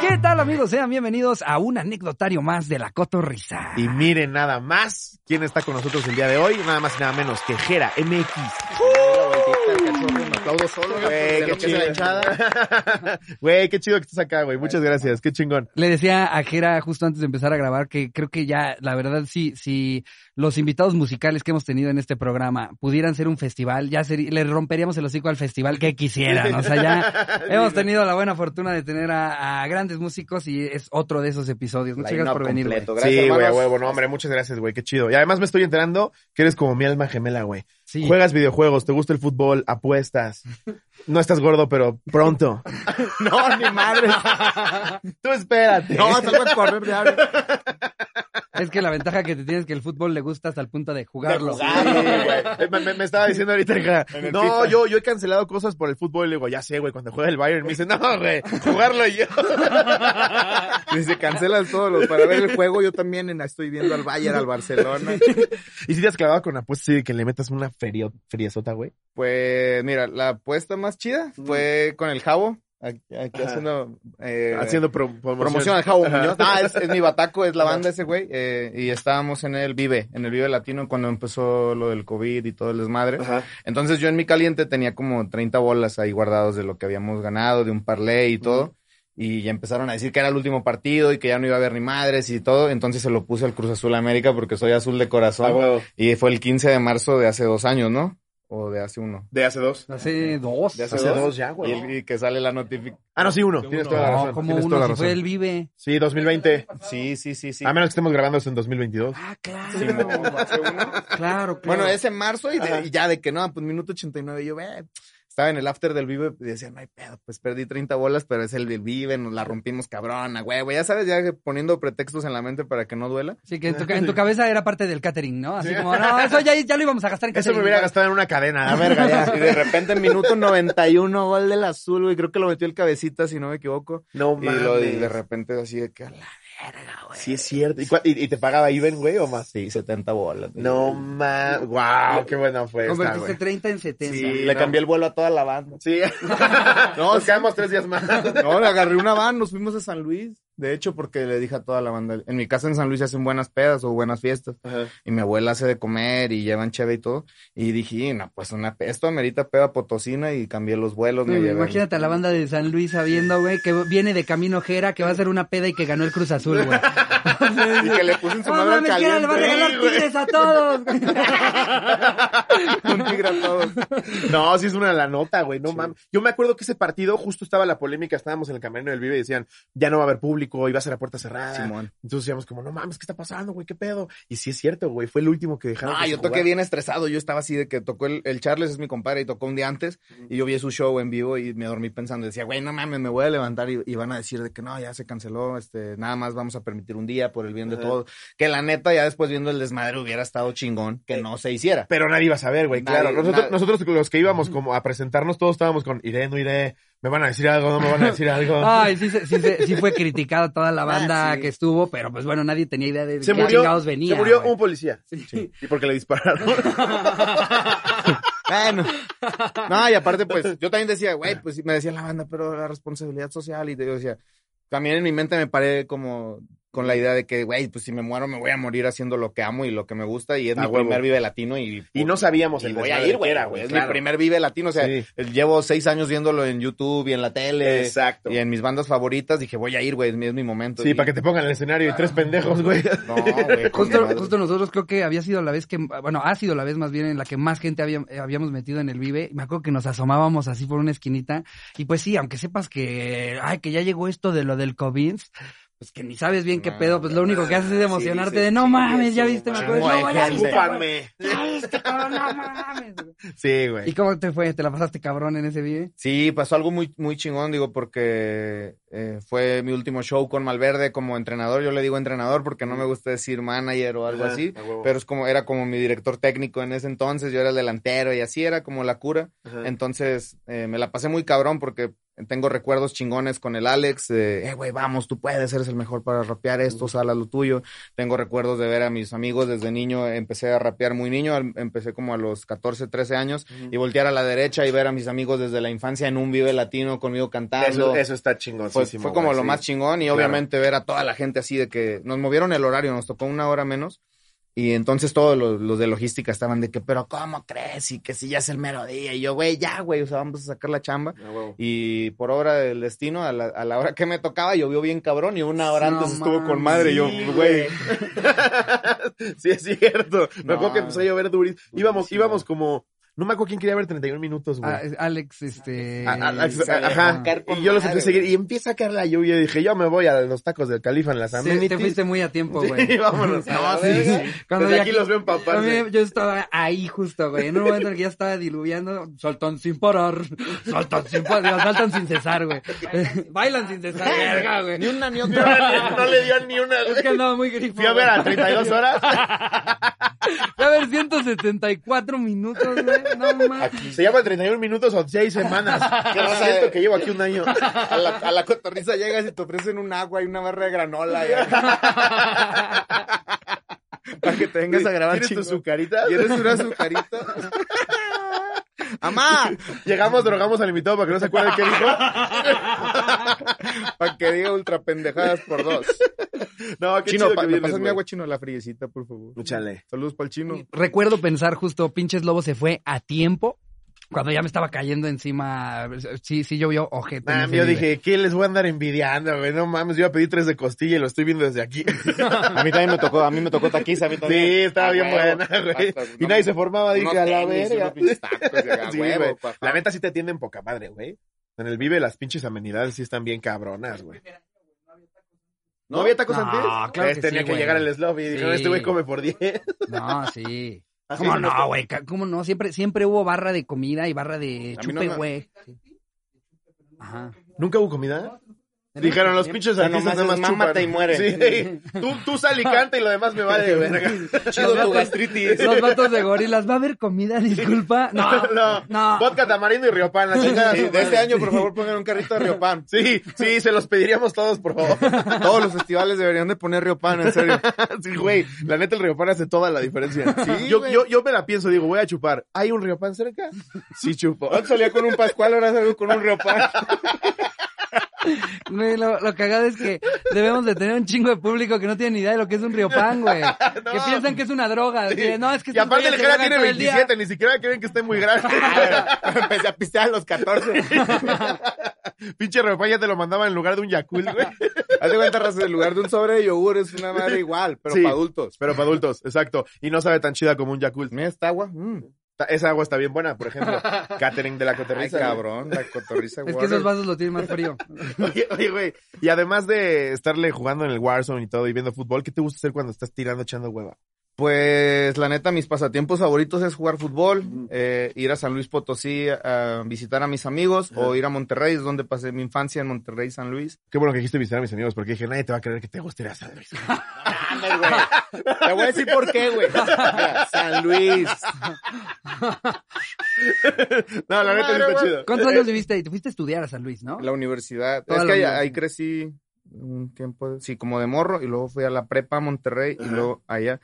¿Qué tal amigos? Sean bienvenidos a un anecdotario más de la cotorrisa. Y miren nada más quién está con nosotros el día de hoy, nada más y nada menos que Jera MX. aplaudo solo, Güey, qué chido. Güey, qué chido que estás acá, güey. Muchas gracias, qué chingón. Le decía a Jera justo antes de empezar a grabar que creo que ya, la verdad, sí, si los invitados musicales que hemos tenido en este programa pudieran ser un festival, ya seri- le romperíamos el hocico al festival que quisieran. O sea, ya hemos tenido la buena fortuna de tener a, a grandes músicos y es otro de esos episodios. Muchas gracias por venir. güey. sí, güey, a huevo, no, hombre, muchas gracias, güey, qué chido. Y además me estoy enterando que eres como mi alma gemela, güey. Sí. Juegas videojuegos, te gusta el fútbol, apuestas. No estás gordo, pero pronto. No, ni madre. Tú espérate. No, salgo a correr de hambre. Es que la ventaja que te tienes es que el fútbol le gusta hasta el punto de jugarlo. Sí, güey. me, me- me estaba diciendo ahorita, hija, En el no, FIFA. yo, yo he cancelado cosas por el fútbol. Y le digo, ya sé, güey, cuando juega el Bayern. Me dice, no, güey, jugarlo yo. Dice, cancelas todos los para ver el juego. Yo también en- estoy viendo al Bayern, al Barcelona. ¿Y si te has clavado con apuestas así de que le metas una ferio, friezota, güey? Pues, mira, la apuesta más chida fue con el Javo. Aquí, aquí Ajá. haciendo, eh, Haciendo pro- promoción. promoción al Javo Ajá. Muñoz. Ah, es, es mi bataco, es la banda ese güey. eh, y estábamos en el Vive, en el Vive Latino cuando empezó lo del COVID y todo el desmadre. Ajá. Entonces yo en mi caliente tenía como 30 bolas ahí guardados de lo que habíamos ganado, de un parlay y todo. Y ya empezaron a decir que era el último partido y que ya no iba a haber ni madres y todo. Entonces se lo puse al Cruz Azul América porque soy azul de Ah, corazón. y fue el 15 de marzo de hace dos años, ¿no? O de hace uno. De hace dos. Hace dos. De hace Hace dos. dos ya, güey. Y, el- y que sale la notificación. Ah, no, sí, uno. De Tienes uno. toda la No, razón. como Tienes uno toda la si razón. fue el vive. Sí, 2020. Sí, sí, sí, sí. A menos que estemos grabando esto en 2022. Ah, claro. Sí, no, hace uno. Claro, claro. Bueno, ese marzo y, de- y ya de que no, pues minuto 89, yo ve. Estaba en el after del Vive y decía, no hay pedo, pues perdí 30 bolas, pero es el del Vive, nos la rompimos cabrona, güey, güey. Ya sabes, ya que poniendo pretextos en la mente para que no duela. Sí, que en tu, ca- en tu cabeza era parte del catering, ¿no? Así como, no, eso ya, ya lo íbamos a gastar en Eso catering. me hubiera gastado en una cadena, la verga. Verga, ya. Y de repente en minuto 91, gol del azul, güey. Creo que lo metió el cabecita, si no me equivoco. No Y, lo- y de repente así de que, a la verga, güey. Sí, es cierto. ¿Y, cua- y- y te pagaba Iben, güey, o más? Sí, 70 bolas. güey. No mames. Wow, qué buena fue esta, Convertiste güey. 30 en 70. Sí. Le no. cambié el vuelo a toda la banda. Sí. Nos quedamos tres días más. No, le agarré una van, nos fuimos a San Luis. De hecho, porque le dije a toda la banda, en mi casa en San Luis hacen buenas pedas o buenas fiestas. Y mi abuela hace de comer y llevan cheve y todo. Y dije, no, pues una, pe- esto amerita peda potosina y cambié los vuelos. me Mm, llevé- Imagínate a la banda de San Luis sabiendo, güey, que viene de camino Jera, que va a hacer una peda y que ganó el Cruz Azul, güey. Y que le puse en su No madre al mames, Jera, le va a caliente. regalar tigres a todos. güey. Un tigre a todos. No, sí es una la nota, güey, no mames. Yo me acuerdo que ese partido justo estaba la polémica, estábamos en el camerino del Vive y decían, ya no va a haber público, iba a ser a puerta cerrada. Simón. Entonces decíamos como, no mames, ¿qué está pasando, güey? ¿Qué pedo? Y sí es cierto, güey, fue el último que dejaron. Ah, que se yo toqué jugara. bien estresado. Yo estaba así de que tocó el, el Charles, es mi compadre, y tocó un día antes. Y yo vi su show en vivo y me dormí pensando. Decía, güey, no mames, me voy a levantar y, y van a decir de que no, ya se canceló. este Nada más vamos a permitir un día por el bien de todos. Que la neta, ya después viendo el desmadre, hubiera estado chingón que no se hiciera. Pero nadie iba a saber, güey, Nadie, claro. Nosotros, nadie. nosotros los que íbamos como a presentarnos, todos estábamos con, iré, no iré, me van a decir algo, no me van a decir algo. Ay, sí, se- sí, se- sí fue criticada toda la banda sí. que estuvo, pero pues bueno, nadie tenía idea de se qué murió, chingados venía. se murió güey. un policía. Sí. Y porque le dispararon. Bueno. No, y aparte, pues, yo también decía, güey, pues me decía la banda, pero la responsabilidad social, y yo decía, también en mi mente me paré como con la idea de que, güey, pues si me muero me voy a morir haciendo lo que amo y lo que me gusta, y es A mi huevo. primer Vive Latino, y, y no sabíamos y el voy a desmadre ir, güey, que era, es claro. mi primer Vive Latino, o sea, Sí. llevo seis años viéndolo en YouTube y en la tele, Exacto. y en mis bandas favoritas, dije, voy a ir, güey, es mi, es mi momento. Sí, y- para que te pongan en el escenario y tres pendejos, güey. No, güey. con Justo, madre. justo nosotros creo que había sido la vez que, bueno, ha sido la vez más bien en la que más gente había- eh, habíamos metido en el Vive. Me acuerdo que nos asomábamos así por una esquinita. Y pues sí, aunque sepas que, ay, que ya llegó esto de lo del COVID, pues que ni sabes bien qué No, pedo, pues lo no, único que haces es emocionarte sí, de, no sí, mames, sí, ya sí, viste, me sí, acuerdo. güey, No, ya gente. viste, güey. Escúpame. Ya viste, cabrón, no mames. güey. Sí, ¿Y güey. cómo te fue? ¿Te la pasaste cabrón en ese Vive? Sí, pasó algo muy, muy chingón, digo, porque eh, fue mi último show con Malverde como entrenador. Yo le digo entrenador porque no me gusta decir manager o algo Ajá, así, a huevo. pero es como, era como mi director técnico en ese entonces, yo era el delantero y así era como la cura. Ajá. Entonces, eh, me la pasé muy cabrón porque Tengo recuerdos chingones con el Alex, de, eh, güey, vamos, tú puedes, eres el mejor para rapear esto, sal a lo tuyo. Tengo recuerdos de ver a mis amigos desde niño, empecé a rapear muy niño, al- empecé como a los 14, 13 años, y voltear a la derecha y ver a mis amigos desde la infancia en un vive latino conmigo cantando. Eso, eso está chingón. fue, fue como lo más chingón y Claro. obviamente ver a toda la gente así de que nos movieron el horario, nos tocó una hora menos y entonces todos los, los de logística estaban de que, pero ¿cómo crees? Y que si ya es el mero día y yo, güey, ya, güey, o sea, vamos a sacar la chamba. Y por obra del destino, a la, a la hora que me tocaba, llovió bien cabrón y una hora No antes estuvo mames. con madre. y yo, Sí, güey, sí, es cierto. Me No. acuerdo que empezó a llover durísimo. Íbamos, Durísimo. íbamos como. No me acuerdo quién quería ver 31 minutos, güey. Ah, es- Alex, este. A- a- a- se a- dejó ajá. caer con Y yo los madre, empecé a seguir. güey. Y empieza a caer la lluvia. Y dije, yo me voy a los tacos del califa en las Sí, amenities. te fuiste muy a tiempo, güey. Sí, vámonos. No, A la sí, verga. sí. Cuando Desde ya- aquí los veo A mí, empaparse. yo estaba ahí justo, güey. En un momento en el que ya estaba diluviando, soltón sin parar. Soltón sin parar. Saltan sin cesar, güey. Bailan sin cesar, verga, güey. ni una ni No le, no otra. le dio ni una. Es que andaba muy grifo. Fui a ver a güey. 32 horas. Fui a ver 174 minutos, güey. No mames. Se llama 31 minutos o 6 semanas. Qué raza siento de- que llevo aquí un año. A la, a la cotorriza llegas y te ofrecen un agua y una barra de granola. ya. Para que te vengas a grabar ¿Quieres tu chingón. sucarita? ¿Quieres una azucarita? ¡Amá! Llegamos, drogamos al invitado para que no se acuerde qué dijo. Para que diga ultra pendejadas por dos. No, qué chino, chido pa- que ¿me vienes, pasas mi güey. agua chino la friecita, por favor? Échale. Saludos para el chino. Recuerdo pensar justo, pinches lobo se fue a tiempo. Cuando ya me estaba cayendo encima, sí, sí llovió ojete. en Mam, ese Ah, yo nivel. dije, ¿qué les voy a andar envidiando, güey? No mames, yo iba a pedir tres de costilla y lo estoy viendo desde aquí. A mí también me tocó, a mí me tocó taquiza, a mí también. Sí, estaba A bien Ah, huevo. buena, güey. Hasta Y una- nadie se formaba, dije, unos a la tenis, verga. unos pinches tacos, de a Sí, huevo, güey. pa- La neta sí te atienden poca madre, güey. En el Vive las pinches amenidades sí están bien cabronas, güey. ¿No, había tacos No, antes? claro Les que tenía sí, que güey. llegar al slob y dijeron, Sí. este güey come por 10. No, sí. Así ¿Cómo es, no, güey? Ca- ¿Cómo no? Siempre, siempre hubo barra de comida y barra de no chupe, me- güey. Ajá. ¿Nunca hubo comida? Dijeron los pinches Ya artistas nomás nada más Ah, es mámate chupan. y muere. Sí. Tú, tú sal y canta y lo demás me vale de verga. Chido tu gastritis. Los vatos de gorilas, ¿va a haber comida? Disculpa. No, no. no. Vodka tamarindo y riopan, la chingada. Sí, su de este madre. año, por favor, pongan un carrito de Riopan. Sí, sí, se los pediríamos todos, por favor. Todos los festivales deberían de poner Riopan, en serio. Sí, güey, la neta el Riopan hace toda la diferencia. Sí, yo, güey. yo, yo me la pienso, digo, voy a chupar. ¿Hay un Riopan cerca? Sí, chupo. Antes salía con un Pascual, ahora salgo con un Riopan. Güey, lo, lo cagado es que debemos de tener un chingo de público que no tiene ni idea de lo que es un riopan, güey. Que piensan que es una droga. que no, es que y aparte el le cara tiene 27, ni siquiera creen que esté muy grande. Empecé a pistear a los 14. Pinche Riopan ya te lo mandaban en lugar de un Yakult, güey. Haz de cuenta, raza, en lugar de un sobre de yogur es una madre igual, pero Sí. para adultos. Pero para adultos, exacto. Y no sabe tan chida como un Yakult. Mira esta agua. mm. Ta- Esa agua está bien buena, por ejemplo. Catering de la Ay, Coterriza. güey. cabrón, la cotorriza Es que water. esos vasos lo tienen más frío. Oye, oye, güey. Y además de estarle jugando en el Warzone y todo y viendo fútbol, ¿qué te gusta hacer cuando estás tirando echando hueva? Pues la neta, mis pasatiempos favoritos es jugar fútbol, eh, ir a San Luis Potosí a visitar a mis amigos o ir a Monterrey, es donde pasé mi infancia en Monterrey, San Luis. Qué bueno que dijiste visitar a mis amigos porque dije, nadie te va a creer que te guste ir a San Luis. Te voy a decir por qué, güey. Mira, San Luis. No, la neta sí Madre, está güey. chido. ¿Cuántos años viviste ahí? Te fuiste a estudiar a San Luis, ¿no? La universidad. Toda es la que ahí, universidad. ahí crecí un tiempo, de- sí, como de morro, y luego fui a la prepa a Monterrey, y luego allá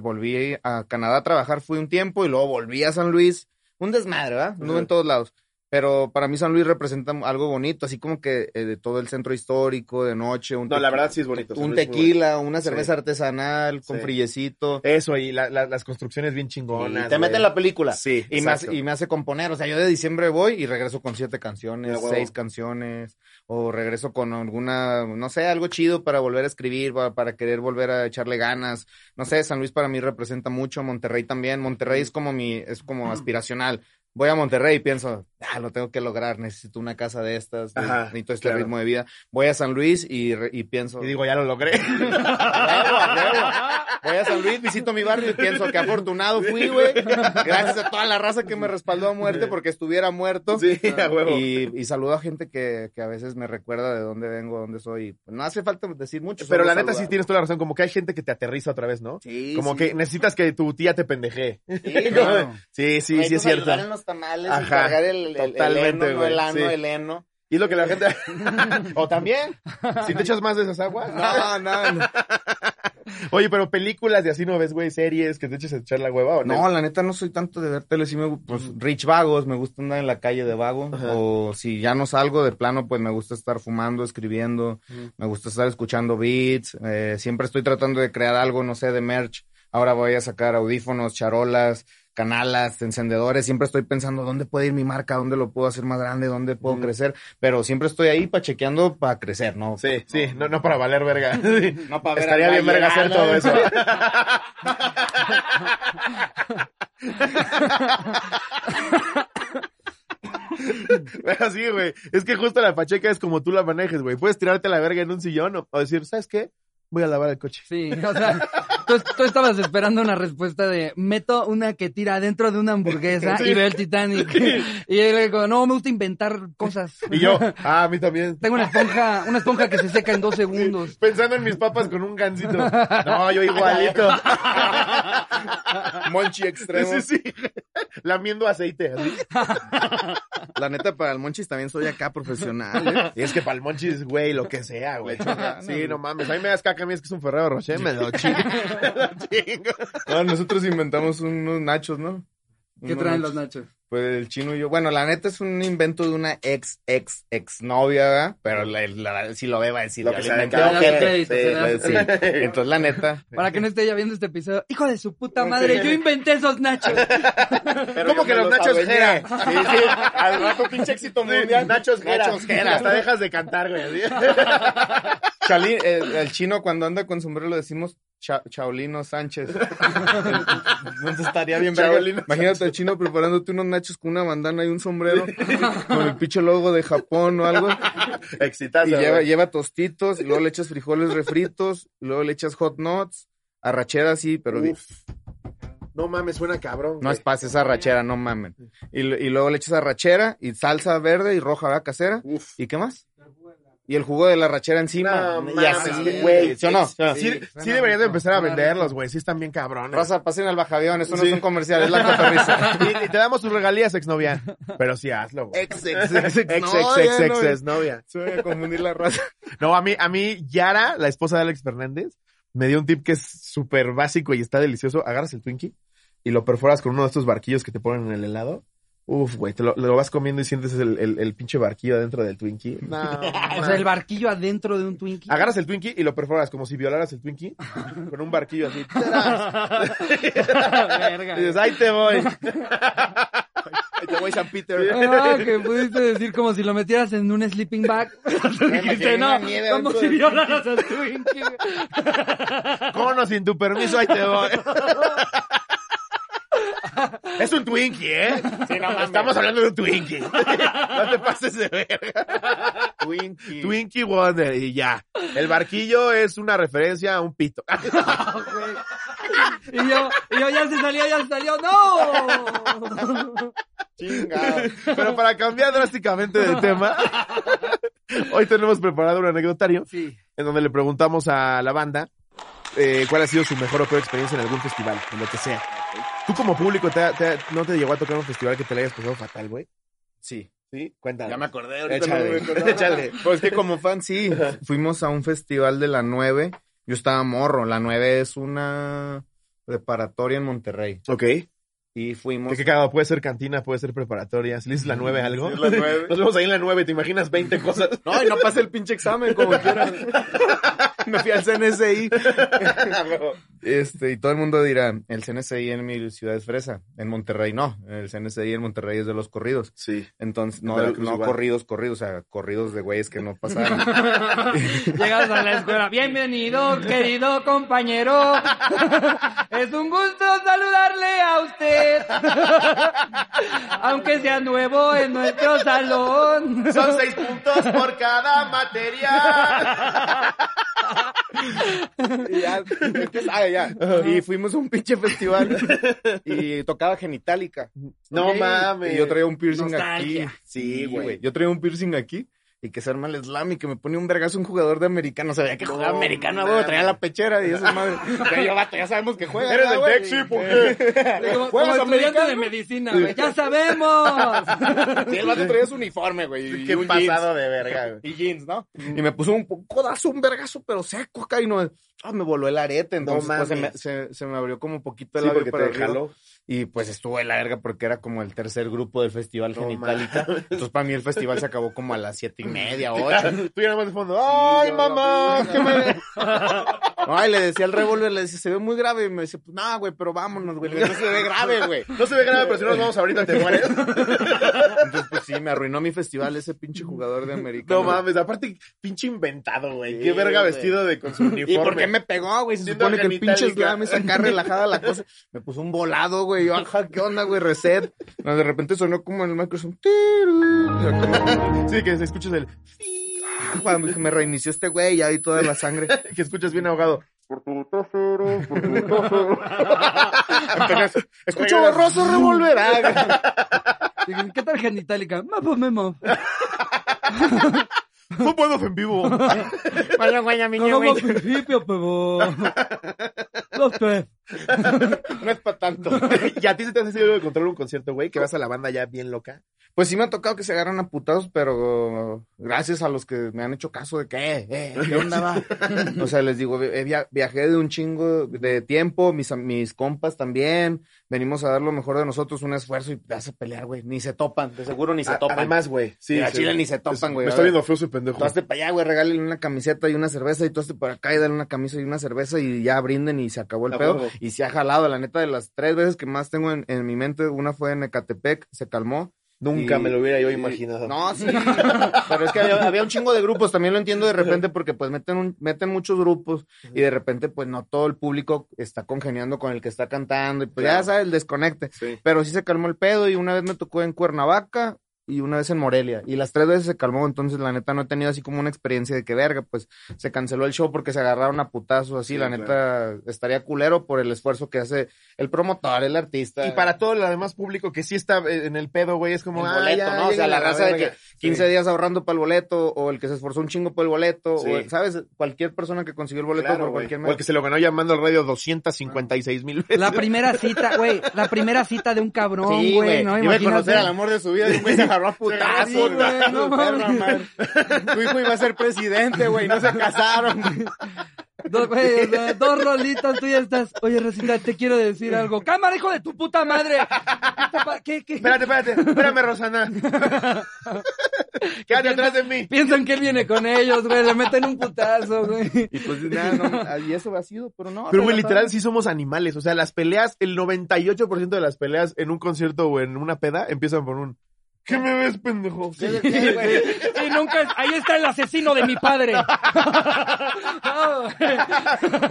volví a Canadá a trabajar, fui un tiempo, y luego volví a San Luis. Un desmadre, ¿verdad? Anduve en Ajá. todos lados. Pero para mí San Luis representa algo bonito, así como que eh, de todo el centro histórico, de noche, un, No, tequi- la verdad sí es bonito. San un Luis es muy tequila, una Sí. cerveza artesanal con Sí. frillecito. bonito. Eso, y la- la- las construcciones bien Y chingonas. te meten la película. Sí, Y me, hace, y me hace componer, o sea, yo de diciembre voy y regreso con siete Ah, canciones, huevo. seis canciones, o regreso con alguna, no sé, algo chido para volver a escribir, para, para querer volver a echarle ganas, no sé, San Luis para mí representa mucho, Monterrey también, Monterrey es como mi, es como aspiracional, voy a Monterrey y pienso, ah, lo tengo que lograr, necesito una casa de estas, Ajá, necesito este claro. ritmo de vida, voy a San Luis y, re- y pienso, Y digo, ya lo logré. a huevo, a huevo. Voy a San Luis, visito mi barrio y pienso que afortunado fui, güey. Gracias a toda la raza que me respaldó a muerte porque estuviera muerto. sí, a huevo. Y, y saludo a gente que, que a veces me recuerda de dónde vengo, dónde soy. No hace falta decir mucho. Pero la solo neta sí saludar. tienes toda la razón, como que hay gente que te aterriza otra vez, ¿no? Sí, Como sí. que necesitas que tu tía te pendeje. Sí, no. Claro. Sí, sí, Güey, sí es pues, ayudar cierto. en los tamales, Ajá, cargar el, el, el totalmente, heno, no güey, el ano, sí. el heno. Y es lo que la gente. o también. Si te echas más de esas aguas. ¿no? No, no, no. Oye, pero películas de así no ves, güey, series que te eches a echar la hueva o No, la neta no soy tanto de ver tele, sí me gu- pues rich vagos, me gusta andar en la calle de vago Ajá. o si ya no salgo de plano, pues me gusta estar fumando, escribiendo, Ujú. me gusta estar escuchando beats, eh, siempre estoy tratando de crear algo, no sé, de merch. Ahora voy a sacar audífonos, charolas, canalas, encendedores, siempre estoy pensando dónde puede ir mi marca, dónde lo puedo hacer más grande, dónde puedo Ujú. crecer, pero siempre estoy ahí pa chequeando para crecer, ¿no? Sí, sí, no, no para valer verga. Sí. No pa' ver Estaría al bien Valle, verga hacer ala. todo eso. Pero sí, güey. Es que justo la pacheca es como tú la manejes, güey. Puedes tirarte la verga en un sillón o, o decir, ¿sabes qué? Voy a lavar el coche. Sí, o sea, tú, tú estabas esperando una respuesta de meto una que tira adentro de una hamburguesa y veo el Titanic. Y yo le digo, no, me gusta inventar cosas. Y yo, ah, a mí también. Tengo una esponja, una esponja que se seca en dos segundos. Pensando en mis papas con un gansito. No, yo igualito. Monchi extremo. Sí, sí. Lamiendo aceite. así. La neta para el Monchis también soy acá profesional, ¿eh? Y es que para el monchis, güey, lo que sea, güey. Chingada, Sí, no, no mames. A mí me das caca, a mí es que es un Ferrero Rocher, me lo chingo. Me lo chingo. Ah, nosotros inventamos unos nachos, ¿no? ¿Qué Unos traen los nachos? Pues el chino y yo. Bueno, la neta es un invento de una ex, ex, ex novia, ¿verdad? Pero la, la- si lo ve va a decir. Lo "Yo que lo se le inventé". cada- quedó, Sí, gente. sí, sí, Sí, Pues, sí. Entonces, la neta. Para que no esté ya viendo este episodio. Hijo de su puta madre, yo inventé esos nachos. ¿Cómo yo que me los los nachos adueñé. Jera? Sí, sí. Al rato, pinche éxito mundial. Nachos Jera. Nachos Jera. Hasta dejas de cantar, güey. así. Chalín, el, el chino cuando anda con sombrero lo decimos cha- Chaulino Sánchez. Entonces estaría bien verga. Chaulino Imagínate al chino preparándote unos nachos con una bandana y un sombrero con el pinche logo de Japón o algo. Exitazo, Y lleva, güey. lleva tostitos, y luego le echas frijoles refritos, y luego le echas hot nuts, arrachera sí, pero di- Uf. No mames, suena cabrón. no güey. es paz, es arrachera, no mamen. Y, lo- y luego le echas arrachera y salsa verde y roja, ¿verdad? Casera. Uf. ¿Y qué más? Y el jugo de la arrachera encima. No ya mames, sé, güey. ¿Sí o no? ¿Sí o no? Sí, sí suena deberías de rico, empezar a suena venderlos, güey. Sí están bien cabrones. Raza, pasen al bajavión, eso no Sí. es un comercial, es la cotorriza. Y, y te damos tus regalías, exnovia. Pero sí hazlo, güey. Ex, ex, ex, ex, Ex, ex, no, ya ex, no, ex, ya. exnovia. Se voy a confundir la raza. No, a mí, a mí, Yara, la esposa de Alex Fernández, me dio un tip que es súper básico y está delicioso. Agarras el Twinkie y lo perforas con uno de estos barquillos que te ponen en el helado. Uf, güey, te lo, lo vas comiendo y sientes el, el- el pinche barquillo adentro del Twinkie. No, O sea, el barquillo adentro de un Twinkie. Agarras el Twinkie y lo perforas como si violaras el Twinkie con un barquillo así. Ah, Verga. Y dices, ahí te voy. Te voy San Peter. Ah, que pudiste decir como si lo metieras en un sleeping bag. Dijiste, imaginé no, una nieve como dentro si del- violaras a Twinkie. Con o sin tu permiso, ahí te voy. Es un Twinkie, ¿eh? Estamos hablando de un Twinkie. No te pases de verga. Twinkie. Twinkie Wonder y ya. El barquillo es una referencia a un pito. Y yo, y yo, ya se salió, ya se salió, no. Chingado. Pero para cambiar drásticamente de tema, hoy tenemos preparado un anecdotario Sí. en donde le preguntamos a la banda eh, cuál ha sido su mejor o peor experiencia en algún festival, en lo que sea. Tú como público, te ha- te ha- ¿no te llegó a tocar un festival que te le hayas pasado fatal, güey? Sí. Sí, cuéntame. Ya me acordé, ahorita Échale, no me acordaba. échale. Pues que como fan, sí. Fuimos a un festival de la 9. Yo estaba morro. La 9 es una preparatoria en Monterrey. Ok. Y fuimos. Que, que cagado, puede ser cantina, puede ser preparatoria. Si le dices la nueve algo. Sí, Mm, es la nueve. Nos vemos ahí en la nueve, te imaginas 20 cosas. No, y no pasé el pinche examen como quiera. Me fui al CNSI. Este, y todo el mundo dirá, el CNSI en mi ciudad es fresa. En Monterrey no. El CNSI en Monterrey es de los corridos. sí. Entonces, no, Veracruz no igual. corridos, corridos, o sea, corridos de güeyes que no pasaron. Llegas a la escuela. Bienvenido, querido compañero. Es un gusto saludarle a usted. Aunque sea nuevo en nuestro salón. Son seis puntos por cada material. y ya, ¿qué sabe ya? Y fuimos a un pinche festival y tocaba genitálica. No Ok. mames. Y yo traía un piercing Nostalgia. aquí. Sí, güey. Yo traía un piercing aquí y que se arma el slam y que me pone un vergazo un jugador de americano. Sabía que jugaba No, americano, mames. güey, traía la pechera y esa madre. Güey, yo, vato, ya sabemos que juega. Eres ¿verdad, el güey? Texi, ¿por qué? Como, como ¿Juegas estudiante de americano? medicina, güey. ¡Ya sabemos! Sí, el vato traía su uniforme, güey. y Qué un pasado de verga, güey. Y jeans, ¿no? Y me puso un po- codazo, un vergazo, pero seco acá y no. ah, me voló el arete, entonces No pues, se, me, mames. se, se me abrió como un poquito el Sí, labio porque para te arriba. jaló. Y pues estuvo de la verga porque era como el tercer grupo del festival No Genitalica. Entonces para mí el festival se acabó como a las siete y media, ocho. Tú ya nada más de fondo. ¡Ay, yo mamá! lo ¡Qué me... Ay, le decía al revólver, le decía, se ve muy grave. Y me dice, pues nada, güey, pero vámonos, güey. Le digo, No se ve grave, güey. No se ve grave, pero si no nos vamos ahorita te mueres. Entonces, pues sí, me arruinó mi festival ese pinche jugador de americano. No mames, aparte, pinche inventado, güey. Sí, qué verga güey. vestido de con su uniforme. ¿Y por qué me pegó, güey? Se Siendo supone que el pinche genitálica. slam es acá relajada la cosa. Me puso un volado, güey. Yo, ajá, ¿qué onda, güey? Reset. No, de repente sonó como en el Microsoft. Sí, que se escuchas el... Cuando me reinició este güey, ya vi toda la sangre. Que escuchas bien ahogado. Apenas, Escucho borroso Ah, revolverá. Dije, ¿Qué tal genitálica? Memo, memo. No puedo en vivo. Bueno, güey, a mí, Como güey, principio, pero... Los tres. No es para tanto. ¿Y a ti se te hace algo de controlar un concierto, güey? Que vas a la banda ya bien loca. Pues sí me ha tocado que se agarran a putados, pero gracias a los que me han hecho caso de que, eh, eh, ¿qué onda va? o sea, les digo, eh, via- viajé de un chingo de tiempo, mis, am- mis compas también, venimos a dar lo mejor de nosotros, un esfuerzo y te vas a pelear, güey. Ni se topan, de seguro ni se A- topan. Además, güey. Sí, Y a sí. Chile ni se topan, güey. Me a está ver. viendo feo ese pendejo. Tú hazte para allá, güey, regálale una camiseta y una cerveza, y tú hazte para acá y dale una camisa y una cerveza, y ya brinden y se acabó el A pedo. huevo. Y se ha jalado, la neta, de las tres veces que más tengo en, en mi mente, una fue en Ecatepec, se calmó. Nunca Y- me lo hubiera yo y- imaginado. No, sí. Pero es que había, había un chingo de grupos, también lo entiendo de repente, porque pues meten, un- meten muchos grupos y de repente, pues no todo el público está congeniando con el que está cantando, y pues ya Claro. sabes, el desconecte. Sí. Pero sí se calmó el pedo y una vez me tocó en Cuernavaca y una vez en Morelia. Y las tres veces se calmó, entonces la neta no he tenido así como una experiencia de que verga, pues se canceló el show porque se agarraron a putazos así. Sí, la neta estaría culero por el esfuerzo que hace el promotor, el artista. Y para todo el demás público que sí está eh, en el pedo, güey, es como... El ah, boleto, ya, ¿no? O sea, lleguen la a raza de verga. que 15 días ahorrando para el boleto o el que se esforzó un chingo por el boleto, Sí. o, ¿sabes? Cualquier persona que consiguió el boleto Claro, por güey. cualquier O el que se lo ganó llamando al radio 256 mil veces. La primera cita, güey. La primera cita de un cabrón, Sí, güey. No, iba a conocer al imagínate. amor de su vida y un güey se agarró a putazos. Sí, güey, güey. no Perra, mames. man. Tu hijo iba a ser presidente, güey, no se casaron. Dos, güey, o sea, dos rolitas, tú ya estás. Oye, Rosita, te quiero decir algo. ¡Cámara, hijo de tu puta madre! ¿Qué, qué? Espérate, espérate, espérame, Rosana. Quédate atrás de mí. Piensan que él viene con ellos, güey. Le meten un putazo, güey. Y pues nada, no, y eso ha sido, pero no. Pero, güey, relajado. literal, sí somos animales. O sea, las peleas, el 98% de las peleas en un concierto o en una peda empiezan por un. ¿Qué me ves, pendejo? Sí, sí, güey. Sí, nunca. es- Ahí está el asesino de mi padre. No, güey.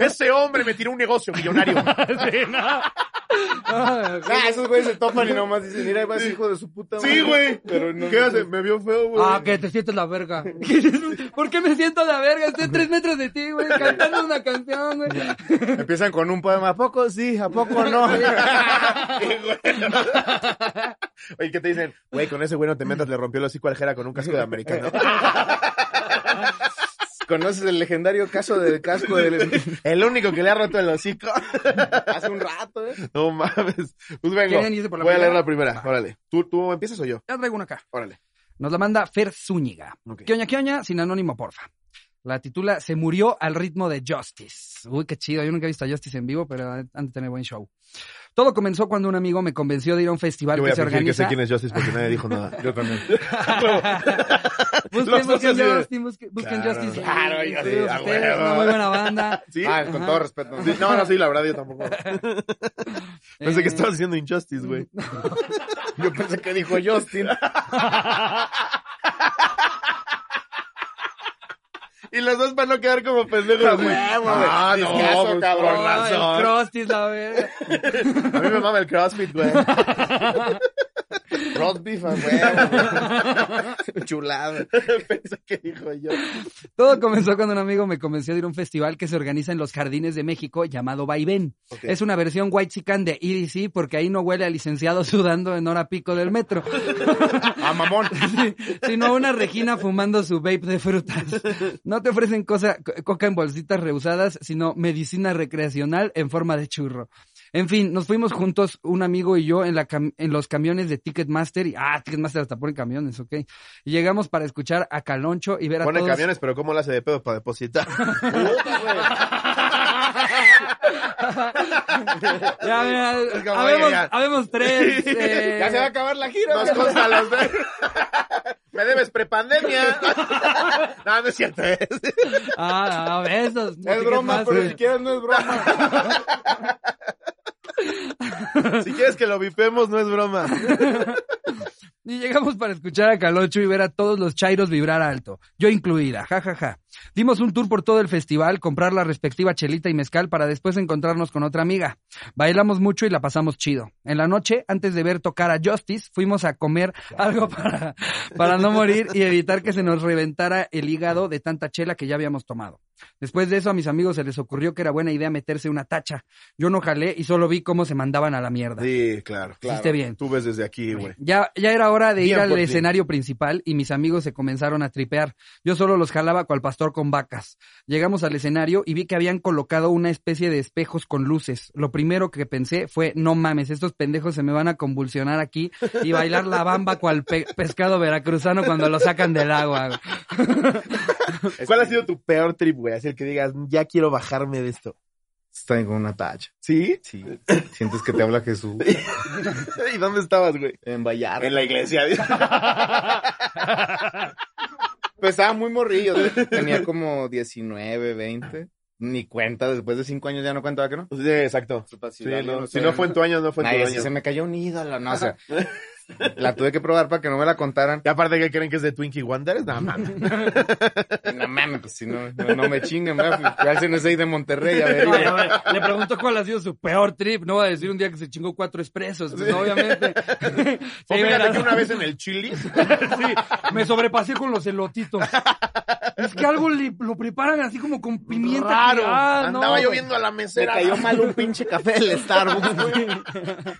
Ese hombre me tiró un negocio millonario. Sí, no. No, güey. Ah, esos güeyes se topan y nomás dicen, mira, ahí vas hijo de su puta madre. Sí, güey. Pero no- ¿Qué hace? Me vio feo, güey. Ah, que te sientes la verga. ¿Por qué me siento la verga? Estoy a tres metros de ti, güey, cantando una canción, güey. Empiezan con un poema, ¿a poco sí? ¿A poco no? Qué bueno. Oye, ¿qué te dicen? Güey, con ese güey no te metas, le rompió el hocico al Jera con un casco de americano. ¿Conoces el legendario caso del casco del... El único que le ha roto el hocico. hace un rato, eh? No mames. Pues vengo. ¿Quieren irse por la Voy a leer primera? la primera. Órale. ¿Tú, ¿Tú empiezas o yo? Ya traigo una acá. Órale. Nos la manda Fer Zúñiga. Ok. ¿Qué oña, qué oña? Sin anónimo, porfa. La titula Se murió al ritmo de Justice. Uy, qué chido. Yo nunca he visto a Justice en vivo, pero han de tener buen show. Todo comenzó cuando un amigo me convenció de ir a un festival Yo voy que a se fingir que sé organiza. quién es Justice porque nadie dijo nada. Yo también. Busquen, Los dos busquen así de- Justin, busquen, busquen Claro. Justice. Claro, yo Sí, sí, a ustedes, huevo. una muy buena banda. ¿Sí? Ah, con Ajá. todo respeto. ¿no? Sí, No, no, sí, la verdad yo tampoco. Pensé Eh, que estabas haciendo Injustice, güey. Yo pensé que dijo Justin. Y los dos van a quedar como pendejos, güey. Ah, no, Discazo, pues, cabrón. por Ah, razón. el Crusty, la verga. A mí me mama el CrossFit, güey. Rock beef, a huevo, güey. Chulada. Pensé que dijo yo. Todo comenzó cuando un amigo me convenció de ir a un festival que se organiza en los jardines de México llamado Vaivén. Ok. Es una versión white chican de EDC porque ahí no huele a licenciado sudando en hora pico del metro, A Ah, mamón. sino a una Regina fumando su vape de frutas. No te ofrecen cosa, co- coca en bolsitas reusadas, sino medicina recreacional en forma de churro. En fin, nos fuimos juntos, un amigo y yo, en, la cam- en los camiones de Ticketmaster. Y, ah, Ticketmaster hasta ponen camiones, ok. Y llegamos para escuchar a Caloncho y ver a Pone todos... camiones, pero ¿cómo la hace de pedo para depositar? Ya, mira, Es como, habemos, ya. habemos tres. eh, Ya se va a acabar la gira. Dos güey. cosas los de... Me debes prepandemia. no, no es cierto. ¿eh? Ah, ah, besos. Es broma, eh. pero si quieres no es broma. Si quieres que lo vipemos, no es broma. Y llegamos para escuchar a Calocho y ver a todos los chairos vibrar alto, yo incluida, jajaja. Dimos un tour por todo el festival, comprar la respectiva chelita y mezcal para después encontrarnos con otra amiga. Bailamos mucho y la pasamos chido. En la noche, antes de ver tocar a Justice, fuimos a comer algo para, para no morir y evitar que se nos reventara el hígado de tanta chela que ya habíamos tomado. Después de eso a mis amigos se les ocurrió que era buena idea meterse una tacha. Yo no jalé y solo vi cómo se mandaban a la mierda. Sí, claro, claro. Hiciste bien. Tú ves desde aquí, güey. Ya, ya era hora de Bien ir al por ti. escenario principal y mis amigos se comenzaron a tripear. Yo solo los jalaba cual pastor con vacas. Llegamos al escenario y vi que habían colocado una especie de espejos con luces. Lo primero que pensé fue, no mames, estos pendejos se me van a convulsionar aquí y bailar la bamba cual pe- pescado veracruzano cuando lo sacan del agua. güey. ¿Cuál ha sido tu peor trip, güey? Así el que digas, ya quiero bajarme de esto. Estoy con una tacha. ¿Sí? Sí. Sientes que te habla Jesús. ¿Y dónde estabas, güey? En Vallarta. la iglesia. Pues estaba muy morrillo. Tenía como 19, 20. Ni cuenta. Después de 5 años ya no cuenta, ¿verdad que no? sí, exacto. Sí, no, si no fue en tu año, no fue en tu Ay, año. así se me cayó un ídolo. No, o sea, la tuve que probar para que no me la contaran. Y aparte que creen que es de Twinkie Wonders, nada más. No mames, pues si no, no, no me chinguen, ¿verdad? Pues, Al CNSI de Monterrey, a ver. No, a ver, Le pregunto cuál ha sido su peor trip. No va a decir un día que se chingó cuatro expresos, pues, obviamente. O Sí, fíjate ¿verdad? que una vez en el Chili, Sí, me sobrepasé con los elotitos. Es que algo le- lo preparan así como con pimienta. raro, Ah, no, andaba güey. yo viendo a la mesera. mal un pinche café del Starbucks, güey.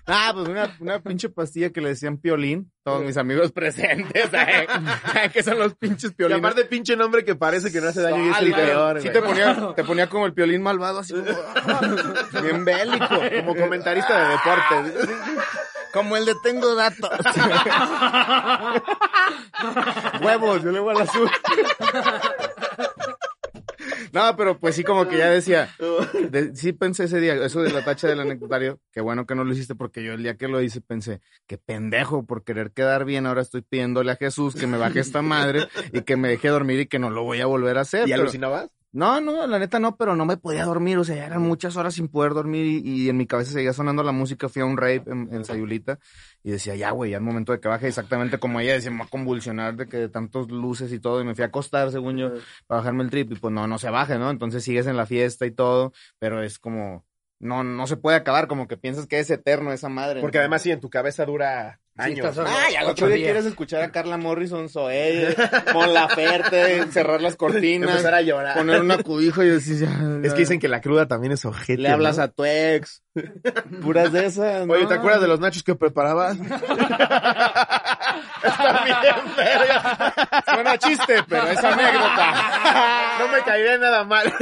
Ah, pues una, una pinche pastilla que le decían piolín. Todos mis amigos presentes, ¿eh? ¿Qué son los pinches Y piolines? aparte pinche nombre que parece que no hace daño y es el Sale, peor, Sí güey. te ponía, te ponía como el piolín malvado, así como... "Ah". Bien bélico. Como comentarista de deportes. Como el de tengo datos. Huevos, yo le voy al azul. No, pero pues sí, como que ya decía, de- sí pensé ese día, eso de la tacha del anecdotario, qué bueno que no lo hiciste porque yo el día que lo hice pensé, qué pendejo por querer quedar bien, ahora estoy pidiéndole a Jesús que me baje esta madre y que me deje dormir y que no lo voy a volver a hacer. ¿Y pero- alucinabas? no, no, la neta no, pero no me podía dormir, o sea, ya eran muchas horas sin poder dormir y, y en mi cabeza seguía sonando la música, fui a un rave en, en Sayulita y decía, ya, güey, ya es momento de que baje, exactamente como ella decía, me va a convulsionar de que de tantos luces y todo, y me fui a acostar, según yo, para bajarme el trip, y pues no, no se baje, ¿no? Entonces sigues en la fiesta y todo, pero es como, no, no se puede acabar, como que piensas que es eterno esa madre. Porque ¿no? además sí, en tu cabeza dura años. estás- Ay, al otro Ocho día días. quieres escuchar a Carla Morrison, Zoé, Mon Laferte, cerrar las cortinas, Empezar a llorar. poner una cubija y decir, ya, Es ya. que dicen que la cruda también es ojete. Le hablas ¿no? a tu ex. Puras de esas. Oye, ¿no? ¿te acuerdas de los nachos que preparabas? Está bien, verga. Suena chiste, pero es anécdota. No me caería nada mal.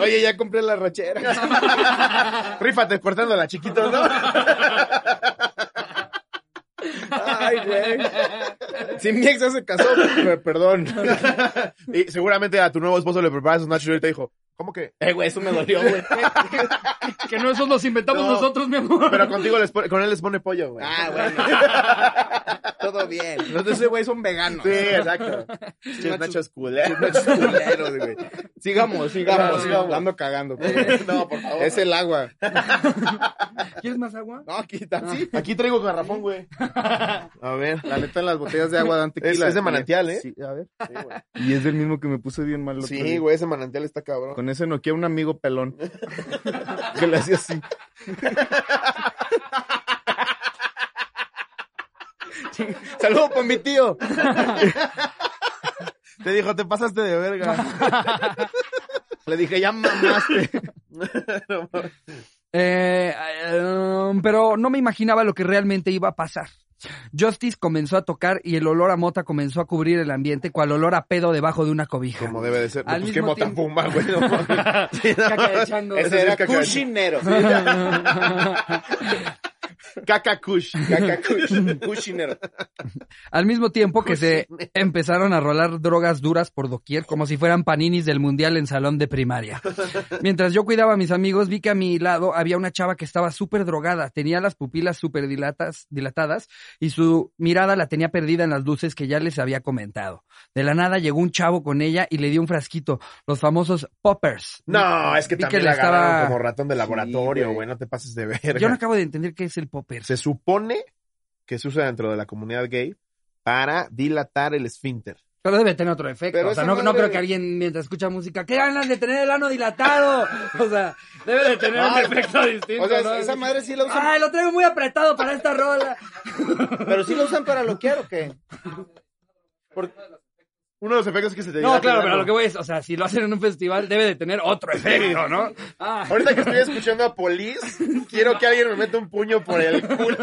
Oye, ya compré la rachera. Rífate cortándola, chiquito, ¿no? Ay, güey. Si mi ex ya se casó, per- perdón. Y seguramente a tu nuevo esposo le preparas esos nachos y ahorita dijo, ¿cómo que? Eh, güey, eso me dolió, güey. Que no, esos los inventamos No. nosotros, mi amor. Pero contigo les pone- con él les pone pollo, güey. Ah, bueno. Todo bien. Los de ese güey son veganos. Sí, exacto. Chis nachos culeros. Los culeros, güey. Sigamos, sigamos, sigamos. Ando cagando. güey. No, por favor. Es el agua. ¿Quieres más agua? No, quita. Sí. Aquí traigo garrafón, güey. A ver. La neta, las botellas de agua dan tequila. es de manantial, ¿eh? Sí, a ver. Y es del mismo que me puse bien mal. el otro Sí, día. güey, ese manantial está cabrón. Con ese noquea un amigo pelón. que le hacía así. Saludos por mi tío. Te dijo, te pasaste de verga. Le dije, ya mamaste. Eh, eh, pero no me imaginaba lo que realmente iba a pasar. Justice comenzó a tocar y el olor a mota comenzó a cubrir el ambiente, cual olor a pedo debajo de una cobija. Como debe de ser. Al Pues qué mismo mota tiempo- pumba, güey. no mames. Sí, no Caca de mames. chango. Ese Ese sí es era caca de- cochinero. Caca Kush. Caca cush- cochinero. Al mismo tiempo que se empezaron a rolar drogas duras por doquier, como si fueran paninis del mundial en salón de primaria. Mientras yo cuidaba a mis amigos, vi que a mi lado había una chava que estaba súper drogada, tenía las pupilas súper dilatas, dilatadas y su mirada la tenía perdida en las luces que ya les había comentado. De la nada llegó un chavo con ella y le dio un frasquito, los famosos poppers. No, es que Vi también que le la agarraron estaba- como ratón de laboratorio, güey. güey. No te pases de verga. Yo no acabo de entender qué es el popper. Se supone que se usa dentro de la comunidad gay para dilatar el esfínter. Pero debe tener otro efecto. Pero o sea, esa no, no madre- creo que alguien mientras escucha música, ¡qué ganas de tener el ano dilatado! O sea, debe de tener un Ah, efecto distinto. O sea, ¿no? Ah. esa madre sí la usan. ¡Ay, lo traigo muy apretado para esta rola! Pero sí la usan para loquear o qué? Por- Uno de los efectos es que se te dilata No, el claro, pero ano. lo que voy es, o sea, si lo hacen en un festival, debe de tener otro efecto, ¿no? Ah, Ahorita que estoy escuchando a Polis, quiero que alguien me meta un puño por el culo.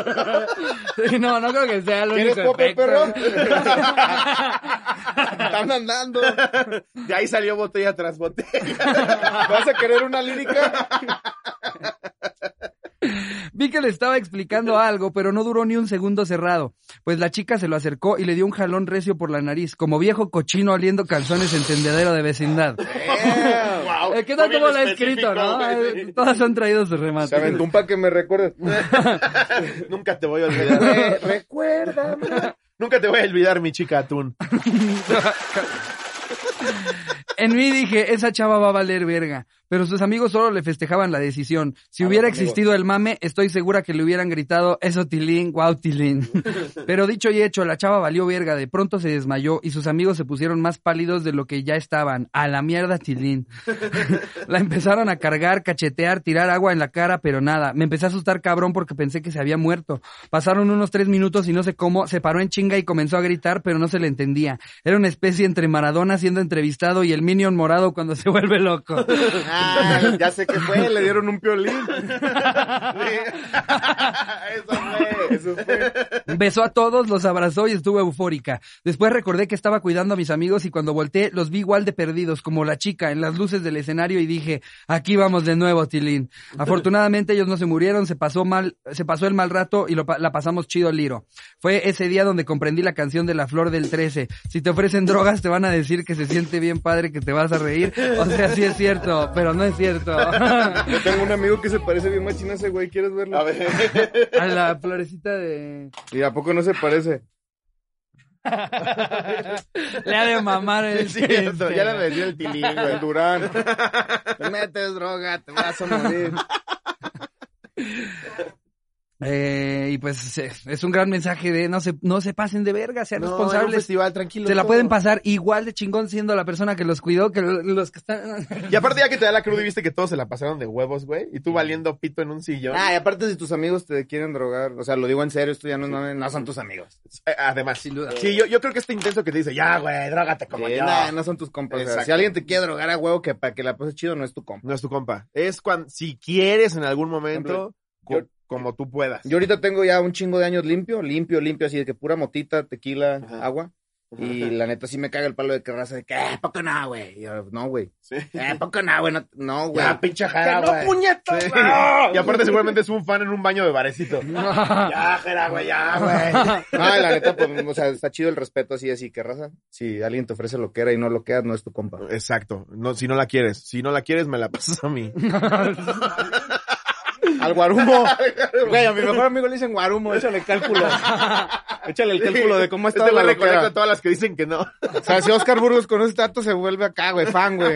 sí, no, no creo que sea el único ¿Quieres pope, efecto. perro? Están andando. De ahí salió botella tras botella. ¿Vas a querer una lírica? Vi que le estaba explicando algo, pero no duró ni un segundo cerrado, pues la chica se lo acercó y le dio un jalón recio por la nariz, como viejo cochino oliendo calzones en tendedero de vecindad. Wow, Eh, ¿Qué tal fue como bien lo ha escrito, específico, no? güey. Eh, Todas han traído su remate. Se aventó un pa' que me recuerde. Nunca te voy a olvidar. Eh, recuérdame. Nunca te voy a olvidar, mi chica atún. En mí dije, esa chava va a valer verga. Pero sus amigos solo le festejaban la decisión. Si hubiera amigos. existido el mame, estoy segura que le hubieran gritado, eso Tilín, wow Tilín. Pero dicho y hecho, la chava valió verga. De pronto se desmayó y sus amigos se pusieron más pálidos de lo que ya estaban. A la mierda Tilín. La empezaron a cargar, cachetear, tirar agua en la cara, pero nada. Me empecé a asustar cabrón porque pensé que se había muerto. Pasaron unos tres minutos y no sé cómo, se paró en chinga y comenzó a gritar, pero no se le entendía. Era una especie entre Maradona siendo entrevistado y el Minion morado cuando se vuelve loco. Ah, ya sé qué fue, le dieron un piolín. Eso fue. Eso fue. Besó a todos, los abrazó y estuve eufórica. Después recordé que estaba cuidando a mis amigos y cuando volteé los vi igual de perdidos, como la chica, en las luces del escenario y dije, aquí vamos de nuevo, Tilín. Afortunadamente ellos no se murieron, se pasó mal, se pasó el mal rato y lo pa- la pasamos chido liro. Fue ese día donde comprendí la canción de La Flor del 13. Si te ofrecen drogas te van a decir que se siente bien padre, que te vas a reír. O sea, sí es cierto, pero no es cierto. a Yo tengo un amigo que se parece bien machín a ese güey, ¿quieres verlo? A ver. la florecita de... ¿Y a poco no se parece? Le ha de mamar el... Sí, cierto, ya le decía el Sí, tilín, güey, güey. Durán. Te metes droga, te vas a morir. Eh, y pues eh, es un gran mensaje de no se, no se pasen de verga, sean No, era un responsables. festival, tranquilo. Se la todo. pueden pasar igual de chingón siendo la persona que los cuidó que lo- los que están. Y aparte ya que te da la cruda y viste que todos se la pasaron de huevos, güey. Y tú valiendo pito en un sillón. Ah, y aparte si tus amigos te quieren drogar, o sea, lo digo en serio, esto ya no, no, no son tus amigos. Eh, Además. Sin duda. Sí, yo, yo creo que este intenso que te dice, ya, güey, drógate como Sí, yo. Eh, nah, no son tus compas. o sea, Exacto. si alguien te quiere drogar a huevo que para que la pase chido no es tu compa. No es tu compa. Es cuando, si quieres en algún momento, Ejemplo, co- como tú puedas. Yo ahorita tengo ya un chingo de años limpio, limpio, limpio, así de que pura motita, tequila, Ajá. agua. Y la neta sí me caga el palo de que raza de que, eh, poco no, güey. Y yo, No, güey. Sí. Eh, poco no, güey. No, no, güey. Ya, pinche Que jara, no, güey. puñetas. Sí. no. Y aparte seguramente es un fan en un baño de barecito. Ya, Jera, güey, ya, güey. No, la neta, pues, o sea, está chido el respeto así, así que raza. Si alguien te ofrece lo que era y no lo quedas, no es tu compa. Exacto. No, si no la quieres. Si no la quieres, me la pasas a mí. Al guarumo. Güey, a mi mejor amigo le dicen guarumo, échale el cálculo. Échale el cálculo de cómo está Este la güey le conecta loquera. a todas las que dicen que no. O sea, si Oscar Burgos con ese dato se vuelve acá, güey, fan, güey.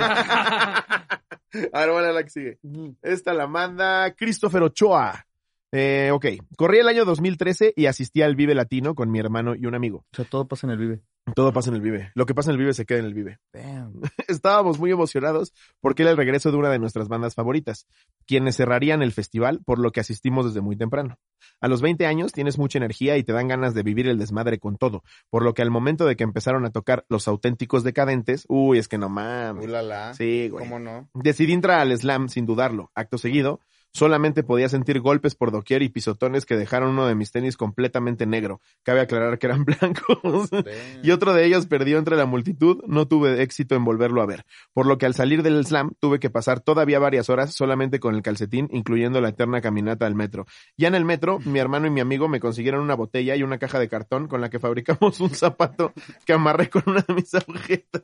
A ver, bueno, la que sigue. Esta la manda Christopher Ochoa. Eh, ok. Corrí el año 2013 y asistí al Vive Latino con mi hermano y un amigo. O sea, todo pasa en el Vive. Todo pasa en el Vive. Lo que pasa en el Vive se queda en el Vive. Estábamos muy emocionados porque era el regreso de una de nuestras bandas favoritas, quienes cerrarían el festival, por lo que asistimos desde muy temprano. A los 20 años tienes mucha energía y te dan ganas de vivir el desmadre con todo, por lo que al momento de que empezaron a tocar los auténticos decadentes, uy, es que no mames. Ulala. Sí, güey. ¿Cómo no? Decidí entrar al slam sin dudarlo. Acto seguido, solamente podía sentir golpes por doquier y pisotones que dejaron uno de mis tenis completamente negro. Cabe aclarar que eran blancos. Damn. y otro de ellos perdió entre la multitud. No tuve éxito en volverlo a ver. Por lo que al salir del slam tuve que pasar todavía varias horas solamente con el calcetín, incluyendo la eterna caminata al metro. Ya en el metro, mi hermano y mi amigo me consiguieron una botella y una caja de cartón con la que fabricamos un zapato que amarré con una de mis agujetas.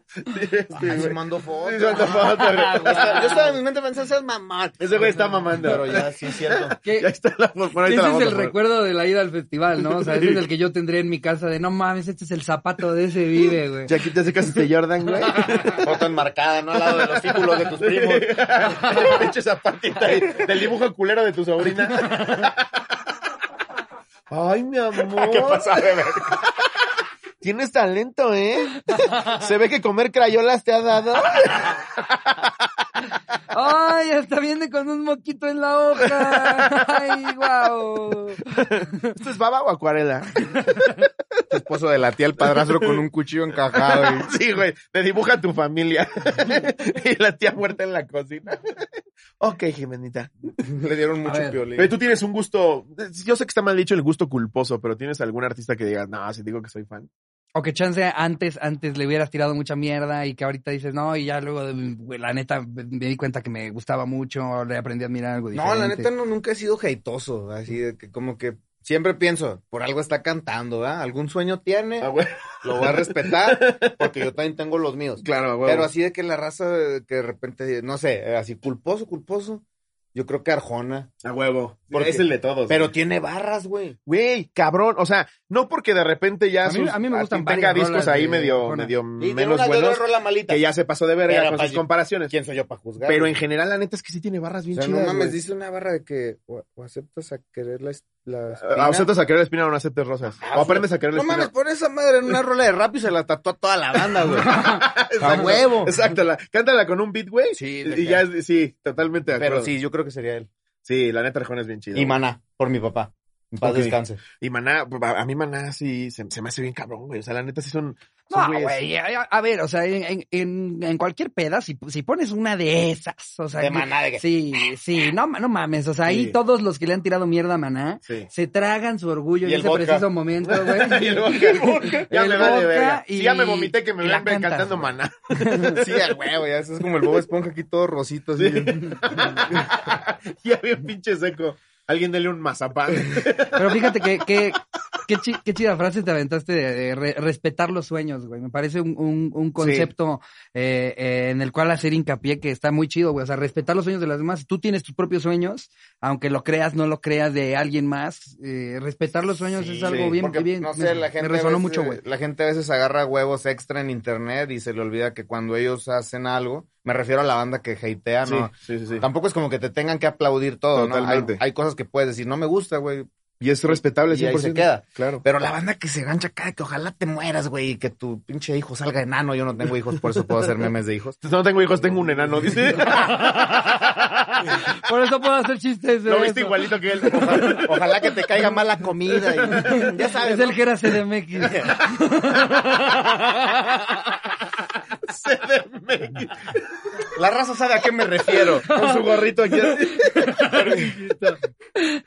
Ay, se mandó fotos. Sí, se mandó fotos, güey. Ah, güey. Hasta- Yo estaba en mi mente pensando, seas mamá. Ese güey está mamando. Pero ya, sí, es cierto. Que- Ya está la- bueno, ahí Ese está la es el foto, pero- recuerdo de la ida al festival, ¿no? O sea, ese Sí. es el que yo tendría en mi casa de no mames, este es el zapato de ese vive, güey. Ya quitaste casi de Jordan, güey. Foto enmarcada, ¿no? Al lado de los títulos de tus primos. Pinche zapatita ahí, del dibujo culero de tu sobrina. Ay, mi amor. ¿Qué pasa, bebé? Tienes talento, ¿eh? Se ve que comer crayolas te ha dado. ¡Ay, hasta viene con un moquito en la hoja! ¡Ay, guau! ¿Esto es baba o acuarela? Tu esposo de la tía, el padrastro con un cuchillo encajado. y- Sí, güey. Te dibuja tu familia. Y la tía muerta en la cocina. Ok, Jimenita. Le dieron A mucho ver. piolín. Pero tú tienes un gusto. Yo sé que está mal dicho el gusto culposo, pero ¿tienes algún artista que diga, no, si digo que soy fan? O que chance antes, antes le hubieras tirado mucha mierda y que ahorita dices, no, y ya luego, güey, la neta, me me di cuenta que me gustaba mucho, le aprendí a mirar algo diferente. No, la neta no, nunca he sido jeitoso, así de que como que siempre pienso, por algo está cantando, ¿verdad? Algún sueño tiene, Ah, güey. lo voy a respetar, porque yo también tengo los míos. Claro, güey. Pero así de que la raza de- que de repente, no sé, eh, así culposo, culposo, yo creo que Arjona. A huevo. Porque- es el de todos. Pero tiene barras, güey. güey, cabrón. O sea, no porque de repente ya A mí- sus- a mí me gustan tenga varias discos rolas ahí de medio, Arjona. medio Y tiene menos una de buenos dos rola malita. que ya se pasó de verga Pero con sus Pachi- comparaciones. ¿Quién soy yo para juzgar? Pero güey? en general, la neta es que sí tiene barras O bien sea, no chidas. mames, güey. dice una barra de que o, o aceptas a querer la, es- la espina. Ah, ¿Aceptas a querer la espina o no aceptes rosas? Ah, o aprendes a querer la No espina. mames, pon esa madre en una rola de rap y se la tatuó a toda la banda, güey. a Exacto. huevo. Exacto, la- cántala con un beat, güey. Sí, de y que- ya, es- sí, totalmente de acuerdo. Pero sí, yo creo que sería él. Sí, la neta Arjona es bien chido. Y Maná, por mi papá. En paz Ok. descanse. Y Maná, a a mí Maná sí se, se me hace bien cabrón, güey. O sea, la neta sí son. son No, güeyes- güey, a, a ver, o sea, en, en, en cualquier peda, si, si pones una de esas, o sea... De que- Maná, de que- Sí, sí, no, ma- no mames, o sea, ahí Sí. todos los que le han tirado mierda a Maná Sí. se tragan su orgullo Y en el ese vodka. preciso momento, güey. Y el vodka. Ya El me vale vodka verga. y- Si ya me vomité que me y la ven ven cantas, cantando güey. maná. Sí, a huevo, ya. eso Es como el Bob Esponja aquí todo rosito. Así. ya bien pinche seco. Alguien dele un mazapán. Pero fíjate que, que- qué, chi- qué chida frase te aventaste de, de re- respetar los sueños, güey. Me parece un, un, un concepto eh, eh, en el cual hacer hincapié que está muy chido, güey. O sea, respetar los sueños de las demás. Si tú tienes tus propios sueños, aunque lo creas, no lo creas de alguien más, eh, respetar los sueños Sí, es algo sí. bien, Porque, bien. no me- sé, la gente. me a resonó veces- mucho, güey. La gente a veces agarra huevos extra en internet y se le olvida que cuando ellos hacen algo, me refiero a la banda que Ah, hatea, ¿no? sí, sí, sí. Tampoco es como que te tengan que aplaudir todo, ¿no? Totalmente. Hay- Hay, cosas que puedes decir, no me gusta, güey. Y es respetable Y 100%. ahí se queda. Claro. Pero la banda que se gancha acá, que ojalá te mueras, güey, y que tu pinche hijo salga enano. Yo no tengo hijos, por eso puedo hacer memes de hijos. No tengo hijos, tengo un enano, dice. Por eso puedo hacer chistes. de Lo viste eso. igualito que él. Ojalá, ojalá que te caiga mala comida. y- ya sabes. Es el ¿no? que era CDMX. CDMX. La raza sabe a qué me refiero. Con su gorrito aquí así.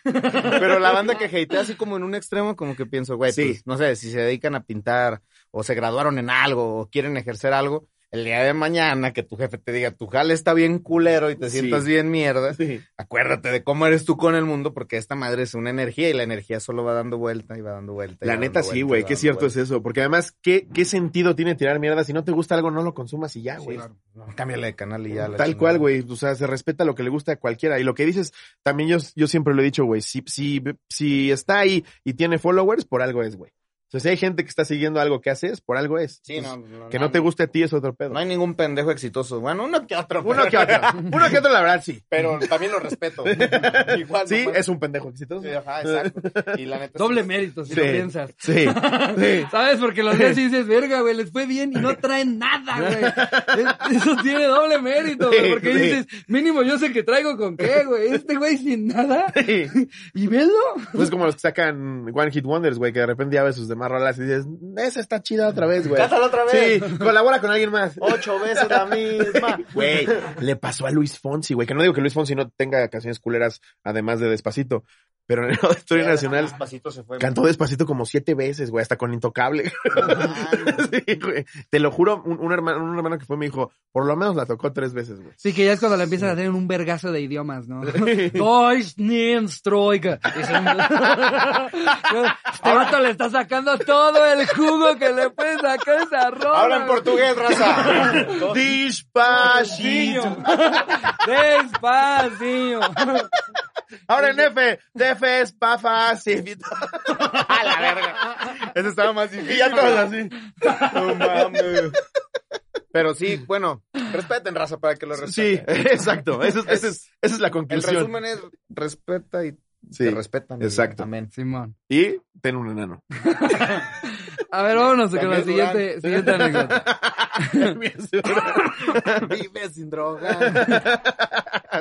Pero la banda que hatea así como en un extremo, como que pienso, güey, Sí. pues, no sé, si se dedican a pintar o se graduaron en algo o quieren ejercer algo, el día de mañana que tu jefe te diga, tu jale está bien culero y te Sí. sientas bien mierda, Sí. acuérdate de cómo eres tú con el mundo porque esta madre es una energía y la energía solo va dando vuelta y va dando vuelta. y La va neta dando sí, vuelta, y güey. va Qué dando cierto es vuelta. eso. Porque además, ¿qué, ¿qué sentido tiene tirar mierda? Si no te gusta algo, no lo consumas y ya, güey. No, Cámbiale de canal y ya. la Tal chingada. cual, güey. O sea, se respeta lo que le gusta a cualquiera. Y lo que dices, también yo, yo siempre lo he dicho, güey. Si, si, si está ahí y tiene followers, por algo es, güey. O sea, si hay gente que está siguiendo algo que haces, por algo es. Sí, no, Entonces, que no te guste a ti es otro pedo. No hay ningún pendejo exitoso. Bueno, uno que otro. Uno pero- que otro. Uno que otro, la verdad, sí. Pero también lo respeto. Igual. Sí, Ah, no puedes- es un pendejo exitoso. Sí, ajá, exacto. Y la neta. Doble sí, mérito, si Sí. lo piensas. Sí. sí. ¿Sabes? Porque los ves y dices, verga, güey, les fue bien y no traen nada, güey. Es- Eso tiene doble mérito, güey. Sí, Porque sí. dices, mínimo yo sé que traigo con qué, güey. Este güey sin nada. Sí. Y velo. Pues es como los que sacan One Hit Wonders, güey, que de repente ya ves sus demás rolas y dices, esa está chida otra vez, güey. Cántala otra vez. Sí, colabora con alguien más. Ocho veces la misma. Güey, le pasó a Luis Fonsi, güey, que no digo que Luis Fonsi no tenga canciones culeras además de Despacito, pero en el Auditorio Nacional Despacito se fue. cantó Despacito como siete veces, güey, hasta con Intocable. Ah, Sí, güey. Te lo juro, un, un hermano, un hermano que fue me dijo, por lo menos la tocó tres veces, güey. Sí, que ya es cuando la empiezan a hacer en un vergazo de idiomas, ¿no? Deutsch, Nims, Troika. Es un- Este vato le está sacando todo el jugo que le puede sacar esa rola. Habla en portugués, raza. Despacito. Despacito. Ahora en F, DF es pa fácil. A la verga. Eso estaba más Y difícil. ya todos así. No mames. Pero sí, bueno, respeten, raza, para que lo Sí, respeten. exacto. Eso es- esa es, esa es la El conclusión. resumen es respeta y Sí. te respetan. exacto. Amén. Simón. Y ten un enano. A ver, vámonos con la También Durán. siguiente, siguiente anécdota. Vive sin droga.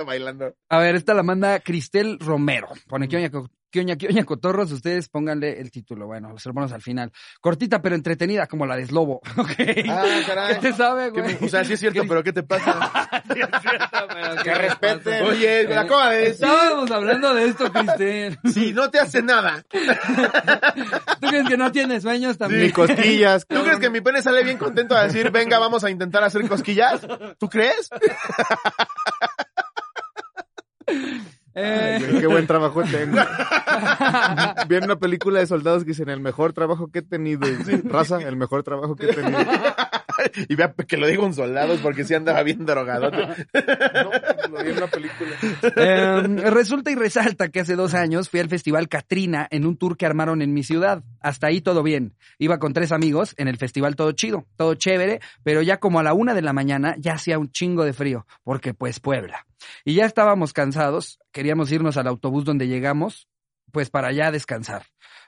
Bailando. A ver, esta la manda Cristel Romero. Pone que oña, co- que oña, que oña, cotorros, ustedes pónganle el título. Bueno, los hermanos al final. Cortita pero entretenida, como la de Slobo. Ok. Ah, ¿Qué caray. te sabe, ¿Qué güey? me- o sea, sí es cierto, pero ¿qué te pasa? Que respeten. Oye, me la acabo de decir. Estábamos hablando de esto, Cristel. Si no te hace nada, ¿Tú crees que no tienes sueños Ni también? costillas. ¿tú crees que mi pene sale bien contento a decir, venga, vamos a intentar hacer cosquillas? ¿Tú crees? Eh, Qué buen trabajo tengo. Vi una película de soldados que dicen el mejor trabajo que he tenido. Raza, el mejor trabajo que he tenido. Y vea que lo digo un soldado porque sí andaba bien drogado. No, lo vi en una película. Eh, resulta y resalta que hace dos años fui al Festival Katrina en un tour que armaron en mi ciudad. Hasta ahí todo bien. Iba con tres amigos en el festival todo chido, todo chévere, pero ya como a la una de la mañana ya hacía un chingo de frío, porque pues Puebla. Y ya estábamos cansados, queríamos irnos al autobús donde llegamos, pues para allá descansar.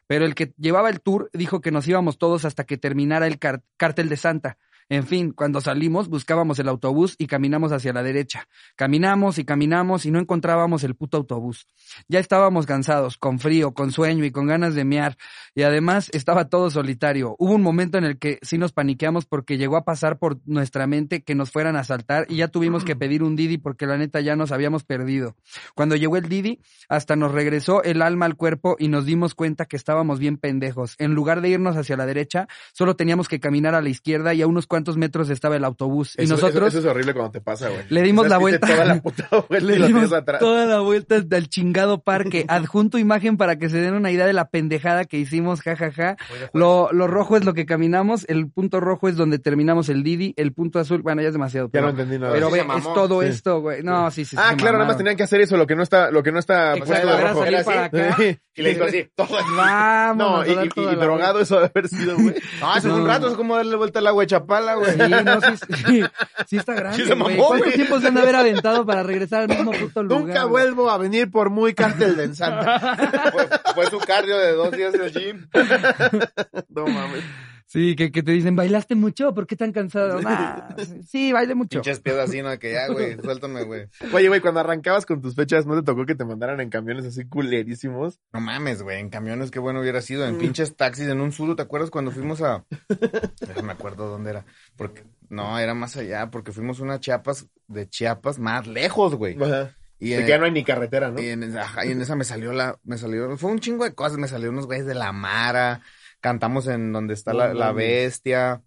Pero el que llevaba el tour dijo que nos íbamos todos hasta que terminara el car- cártel de Santa. En fin, cuando salimos buscábamos el autobús y caminamos hacia la derecha. Caminamos y caminamos y no encontrábamos el puto autobús. Ya estábamos cansados, con frío, con sueño y con ganas de mear. Y además estaba todo solitario. Hubo un momento en el que sí nos paniqueamos porque llegó a pasar por nuestra mente que nos fueran a asaltar y ya tuvimos que pedir un Didi porque la neta ya nos habíamos perdido. Cuando llegó el Didi, hasta nos regresó el alma al cuerpo y nos dimos cuenta que estábamos bien pendejos. En lugar de irnos hacia la derecha, solo teníamos que caminar a la izquierda y a unos cuantos metros estaba el autobús. y Eso- nosotros... eso, eso es horrible cuando te pasa, güey. Le dimos la Estás- vuelta. Toda la puta vuelta Le y lo dimos tienes atrás. toda la vuelta del chingado parque. Adjunto imagen para que se den una idea de la pendejada que hicimos, jajaja. Lo, lo rojo es lo que caminamos, el punto rojo es donde terminamos el Didi, el punto azul, bueno, ya es demasiado. Ya pero- no entendí nada. Pero Sí, ve, se mamó. es todo Sí. esto, güey. No, sí, sí. ah, claro, nada más tenían que hacer eso, lo que no está, lo que no está Exacto, puesto de era rojo. salir así. para acá. Sí. Y le dijo así. Vamos. No, y, y- y drogado eso de haber sido, güey. No, eso es un rato, eso es como darle vuelta al agua de chapala, güey. Sí, no, sí, sí, sí está grande. Sí se güey. mamó, ¿Cuánto güey. tiempo se han de haber aventado para regresar al mismo puto lugar? Nunca güey? vuelvo a venir por muy cártel de ensanta. Fue, fue su cardio de dos días de gym. No mames. Sí, que, que te dicen, ¿bailaste mucho? ¿Por qué tan cansado? Nah, sí, sí, bailé mucho. Pinches pies así, ¿no? Que ya, güey, suéltame, güey. Oye, güey, cuando arrancabas con tus fechas, ¿no te tocó que te mandaran en camiones así culerísimos? No mames, güey, en camiones qué bueno hubiera sido, en pinches taxis, en un suru, ¿te acuerdas cuando fuimos a... No me acuerdo dónde era, porque... No, era más allá, porque fuimos a una Chiapas, de Chiapas, más lejos, güey. Ajá. Y, De en- que ya no hay ni carretera, ¿no? y en, ajá, y en esa me salió la... me salió, Fue un chingo de cosas, me salió unos güeyes de la Mara, cantamos en donde está la, No la mames. bestia.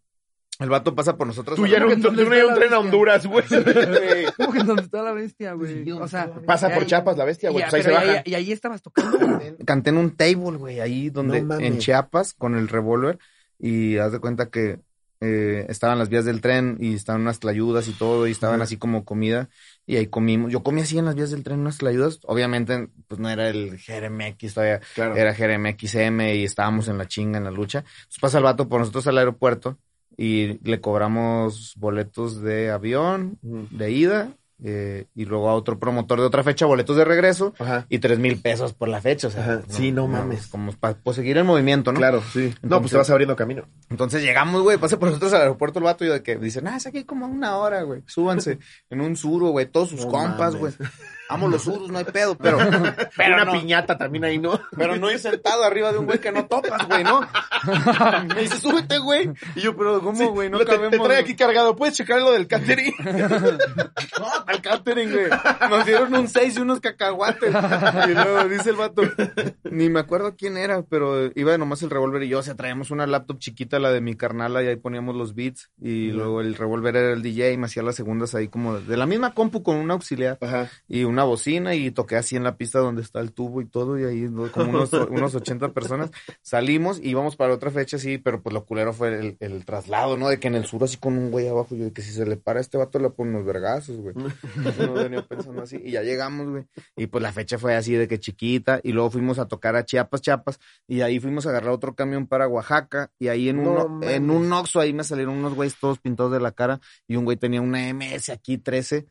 El vato pasa por nosotros. Tú ya no, ¿Dónde tú no está hay la un tren bestia? a Honduras, güey. ¿Cómo que donde está la bestia, güey? O sea, Pasa ya- por Chiapas la bestia, güey. ya, Pues ahí se pero ya- baja. ya- Y ahí estabas tocando. canté en un table, güey, ahí donde No mames. en Chiapas con el revólver y haz de cuenta que eh, estaban las vías del tren y estaban unas tlayudas y todo, y estaban así como comida, y ahí comimos. Yo comí así en las vías del tren unas tlayudas, obviamente, pues no era el GRMX todavía, Claro. era GRMXM y estábamos en la chinga, en la lucha. Entonces pasa el vato por nosotros al aeropuerto y le cobramos boletos de avión, Ujú. de ida, eh, y luego a otro promotor de otra fecha, boletos de regreso Ajá. y tres mil pesos por la fecha. O sea, pues, Ajá. Sí, no mames. Como para seguir el movimiento, ¿no? Claro, sí. no, pues Entonces- te vas abriendo camino. Entonces llegamos, güey, pasa por nosotros al aeropuerto el vato y de que dicen, ah, es aquí como a una hora, güey, súbanse en un suro, güey, todos sus No compas, güey. mames. Amo los suros, no hay pedo, pero, pero Una no. piñata también ahí, ¿no? Pero no ir sentado arriba de un güey que no topas, güey, ¿no? Me dice, súbete, güey. Y yo, pero Sí, ¿cómo, güey? no lo te- cabemos. Te trae güey. aquí cargado. ¿Puedes checar lo del catering? No, para el catering, güey. Nos dieron un seis y unos cacahuates. Y luego dice el vato, ni me acuerdo quién era, pero iba nomás el revólver y yo, o sea, traíamos una laptop chiquita, la de mi carnala, y ahí poníamos los beats. Y Ujú. luego el revólver era el DJ y me hacía las segundas ahí como de la misma compu con un auxiliar Ajá. y una bocina y toqué así en la pista donde está el tubo y todo y ahí ¿no? como unos, unos 80 personas salimos y íbamos para otra fecha sí pero pues lo culero fue el, el traslado no de que en el sur así con un güey abajo yo de que si se le para a este vato le ponen unos vergazos güey Yo venía pensando así y ya llegamos güey y pues la fecha fue así de que chiquita y luego fuimos a tocar a Chiapas Chiapas y ahí fuimos a agarrar otro camión para Oaxaca y ahí en No un en mames. un Oxxo ahí me salieron unos güeyes todos pintados de la cara y un güey tenía una MS aquí 13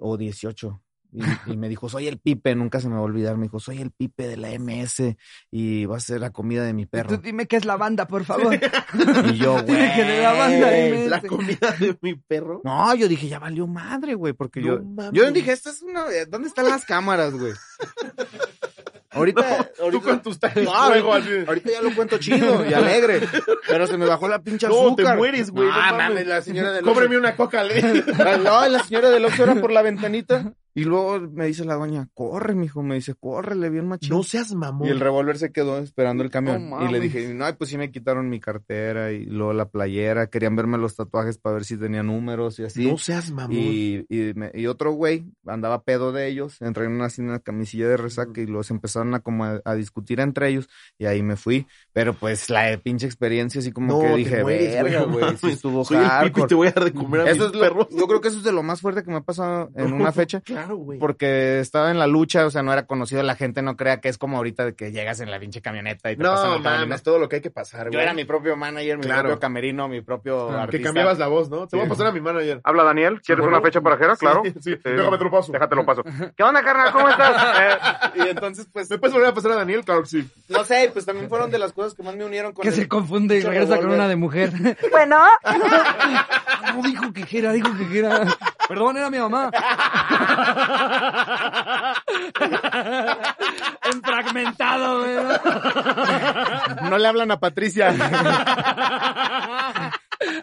o 18 y, y me dijo, soy el Pipe, nunca se me va a olvidar. Me dijo, soy el Pipe de la MS y va a ser la comida de mi Tú perro. dime qué es la banda, por favor. Y yo, Dime que de la banda este, güey. MS. La comida de mi perro. No, yo dije, ya valió madre, güey, porque No yo... mames. Yo dije, esta es una... eh, ¿Dónde están las cámaras, güey? Ahorita... Tú ahorita... con tus tacos de No, Ah, fuego así. ahorita- ahorita ya lo cuento chido y alegre, pero se me bajó la pinche No, azúcar. te mueres, güey. No, no mames. Ah, mames, la señora del Oxxo- Cóbreme una coca, le. No, la señora del Oxxo era por la ventanita y luego me dice la doña, corre, mijo, me dice, córrele bien machín. seas mamón. Y el revólver se quedó esperando el camión. No y le mames. dije, no, pues sí me quitaron mi cartera y luego la playera. Querían verme los tatuajes para ver si tenía números y así. No seas mamón. y, y, me- y otro güey andaba pedo de ellos. Entré en una, así, en una camisilla de resaca y los empezaron a, como a, a discutir entre ellos. Y ahí me fui. Pero pues la de pinche experiencia, así como No, que te dije, mueres, güey, "Verga, no güey, sí mames, estuvo Soy el pipi y hardcore". te voy a recomer a Eso mis es perros. lo, yo creo que eso es de lo más fuerte que me ha pasado en una fecha Claro, güey. porque estaba en la lucha, o sea, no era conocido, la gente no crea que es como ahorita de que llegas en la pinche camioneta y te pasan No, el tablero. mames, todo lo que hay que pasar, Yo güey. era mi propio manager, mi Claro. propio camerino, mi propio artista. Ah, Que cambiabas la voz, ¿no? Te voy a Sí. Ah, pasar a mi manager. Habla Daniel, ¿quieres Sí, una bueno. fecha parajera? Claro. Eh, Sí, sí. Déjame te lo paso. Déjate lo paso. ¿Qué onda, carnal? ¿Cómo estás? Eh, Y entonces, pues, ¿Me puedes volver a pasar a Daniel? Claro que sí. no sé, pues también fueron de las cosas que más me unieron con que el- se confunde y Pinche regresa con revólver. una de mujer. Bueno, No, dijo que era, dijo que era. Perdón, era mi mamá. en fragmentado, güey. No le hablan a Patricia.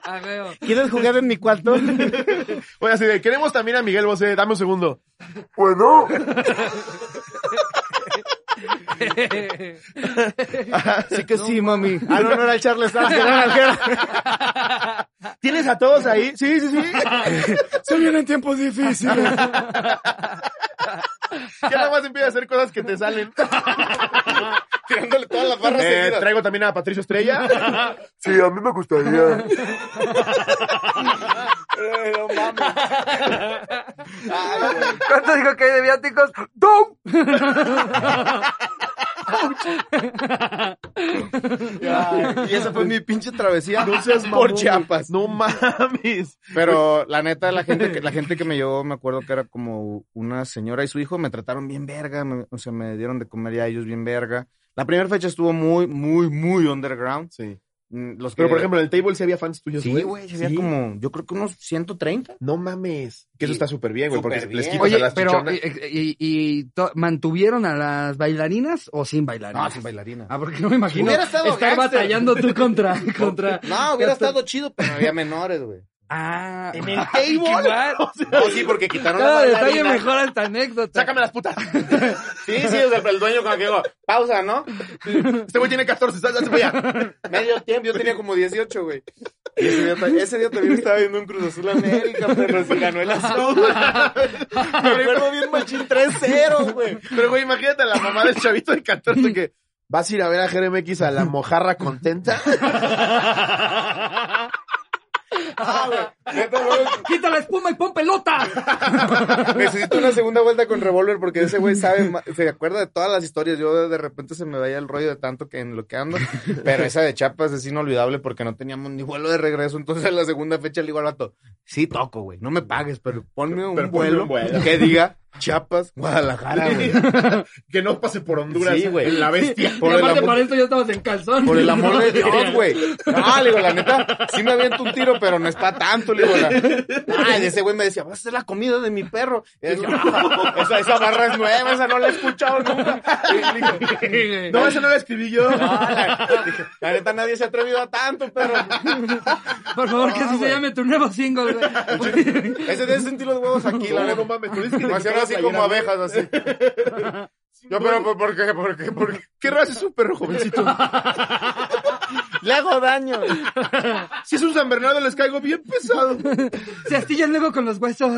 Ah, güey. ¿Quieres jugar en mi cuarto? Oye, así de, queremos también a Miguel Bosé. Dame un segundo. bueno. Así que sí, mami. Ah, no, no era el Charles. Ah, era ¿Tienes a todos ahí? Sí, sí, sí. Se vienen tiempos difíciles. Ya nada más empieza a hacer cosas que te salen. Tirándole todas las barras Eh, seguidas. traigo también a Patricio Estrella. Sí, a mí me gustaría. Ay, no mames. Ay, güey. ¿cuánto dijo que hay de viáticos? ¡Dum! Y esa fue mi pinche travesía No seas mamón, por güey. Chiapas. No mames. Pero la neta, la gente que, la gente que me llevó, me acuerdo que era como una señora y su hijo, me trataron bien verga, me- o sea, me dieron de comer ya ellos bien verga. La primera fecha estuvo muy, muy, muy underground. Sí. Mm, Los Pero, que- por ejemplo, en el table sí había fans tuyos, sí, güey, había Sí. como, yo creo que unos 130. No mames. Que eso Sí. está súper bien, güey, porque Súper les bien. quitas a Oye, las pero eh, chichonas. ¿y, y- y to- mantuvieron a las bailarinas o sin bailarinas? No, sin bailarina. Ah, porque no me imagino Hubiera estado estar gangster. batallando tú contra... contra... No, hubiera estado chido, pero había menores, güey. Ah, En el ay, table. qué mal. No, sí, porque quitaron Cada la detalle bailarina. mejora esta anécdota. Sácame las putas. Sí, sí, o sea, el dueño como que digo, pausa, ¿no? Este güey tiene 14, sal, sal, sal, ya. Medio tiempo, yo tenía como 18, güey. Y ese día, ta- ese día también estaba viendo un Cruz Azul América, pero se ganó el azul. Me acuerdo bien machín 3-0, güey. Pero, güey, imagínate a la mamá del chavito de 14 que vas a ir a ver a GRMX a la mojarra contenta. ¡Quita la espuma y pon pelota! Necesito una segunda vuelta con Revolver porque ese güey sabe, ma- se acuerda de todas las historias. Yo de repente se me vaya el rollo de tanto que en lo que ando. Pero esa de Chiapas es inolvidable porque no teníamos ni vuelo de regreso. Entonces en la segunda fecha le digo al vato, sí toco, güey, no me pagues, pero ponme un, Pero ponme vuelo, un vuelo. que diga Chiapas, Guadalajara, güey. que no pase por Honduras Sí, güey. en la bestia. Por y el aparte amor- para esto ya estabas en calzón. Por el amor de Dios, güey. No, le digo, la neta, sí me aviento un tiro, pero no es para tanto, le digo. La... Ay, ese güey me decía, vas a hacer la comida de mi perro. Y yo, "Ah, esa, esa barra es nueva, esa no la he escuchado nunca. Y dije, No, esa no la escribí yo. "No, la, dije, la neta, nadie se ha atrevido a tanto, pero... Por favor, que Ah, así se güey. llame tu nuevo single, güey. Ese debe sentir los huevos aquí, la No, no neta. mames, tú dices que Me te hacían quitas así la como playera, abejas, así. Yo, pero, ¿por- ¿por qué? ¿Por qué? ¿Por qué? ¿Qué raza es un perro jovencito? Le hago daño. ¿no? Si es un San Bernardo, les caigo bien pesado. Se astillan luego con los huesos.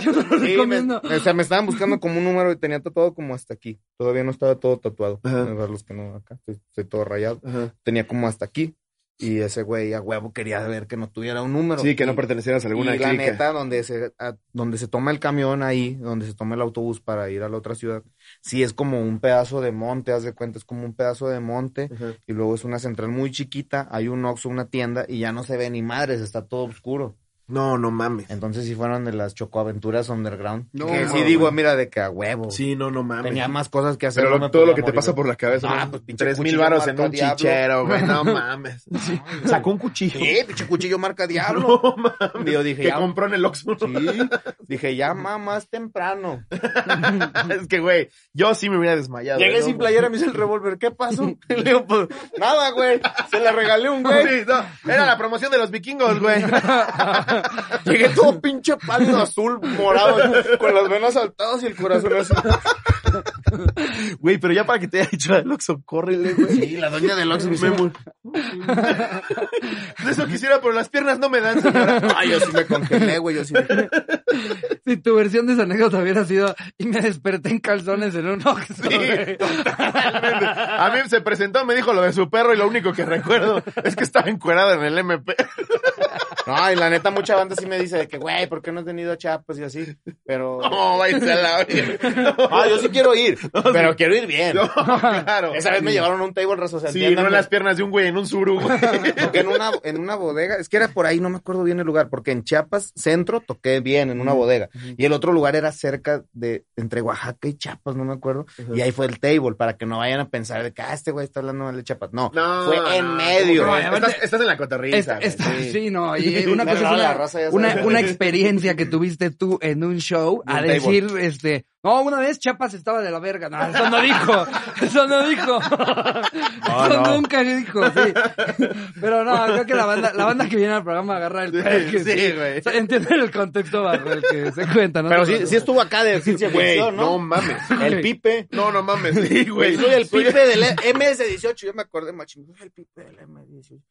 Yo no lo Sí, recomiendo. me- o sea, me estaban buscando como un número y tenía tatuado como hasta aquí. Todavía no estaba todo tatuado. Ajá. A ver los que no acá. Estoy, estoy todo rayado. Tenía como hasta aquí. Y ese güey a huevo quería ver que no tuviera un número. Sí, que no Y- pertenecieras a alguna y la clica. neta, donde se, a- donde se toma el camión ahí, donde se toma el autobús para ir a la otra ciudad, sí es como un pedazo de monte, haz de cuenta, es como un pedazo de monte, Ajá. y luego es una central muy chiquita, hay un Oxxo, una tienda, y ya no se ve ni madres, está todo oscuro. No, no mames. Entonces sí fueron de las chocoaventuras underground. No, que sí no, digo, güey. mira, de que a huevo. Sí, no, no mames. Tenía más cosas que hacer. Pero no lo- me todo lo podía que te morir, pasa güey. por la cabeza. Ah, ¿no? pues, pinche Tres mil cuchillo varos en marca un Diablo. chichero, güey. No mames. Sacó un cuchillo. Sí, pinche cuchillo marca diablo. No mames. Yo dije, que ya. compró en el Oxxo. Sí. Dije, ya mamá, más temprano. es que, güey, yo sí me hubiera desmayado. Llegué ¿no? sin playera, me hice el revólver. ¿Qué pasó? Le digo, pues, nada, güey. Se la regalé a un güey. Sí, no, Era la promoción de los vikingos, güey. Llegué todo pinche pálido, azul, morado, con las venas saltadas y el corazón así. Güey, pero ya para que te haya dicho el Oxxo, córrele, güey. Sí, la doña del Oxxo me Me mu- Eso quisiera, pero las piernas no me dan, señora. Ay, yo sí me congelé, güey. Yo sí me- Si tu versión de esa anécdota hubiera sido y me desperté en calzones en un oxo. A mí se presentó, me dijo lo de su perro y lo único que recuerdo es que estaba encuerada en el MP. No, y la neta, mucha banda sí me dice de que, güey, ¿por qué no has venido a Chiapas y así? Pero. No, vais a la Oh, oye. Ah, yo sí quiero ir, pero quiero ir bien. No, claro. Esa vez me llevaron a un table raso, o sea, Sí, no entiéndanme, en las piernas de un güey, en un suru, güey. porque en una, en una bodega, es que era por ahí, no me acuerdo bien el lugar, porque en Chiapas, centro, toqué bien en una bodega. Y el otro lugar era cerca de, entre Oaxaca y Chiapas, no me acuerdo. Y ahí fue el table, para que no vayan a pensar de que, ah, este güey está hablando mal de Chiapas. No, No, fue en no, medio. ¿cómo No, que no? estás, estás en la cotorriza. Esta- güey. esta- sí, no, y una No, cosa no, la es raza ya una, una, sabe. una experiencia que tuviste tú en un show a un decir, este, no, una vez Chapas estaba de la verga. No, eso no dijo, eso no dijo. eso no. nunca dijo, sí. Pero no, creo que la banda, la banda que viene al programa agarra el pedo que Sí, sí. güey. O sea, entienden el contexto bajo el que se cuenta, ¿no? Pero te sí, sí estuvo acá de ciencia Güey, ficción, no ¿no? mames. El pipe. No, no mames. Sí, güey. Soy el Soy- pipe del E, MS18. Yo me acordé, macho. Soy el pipe del MS18.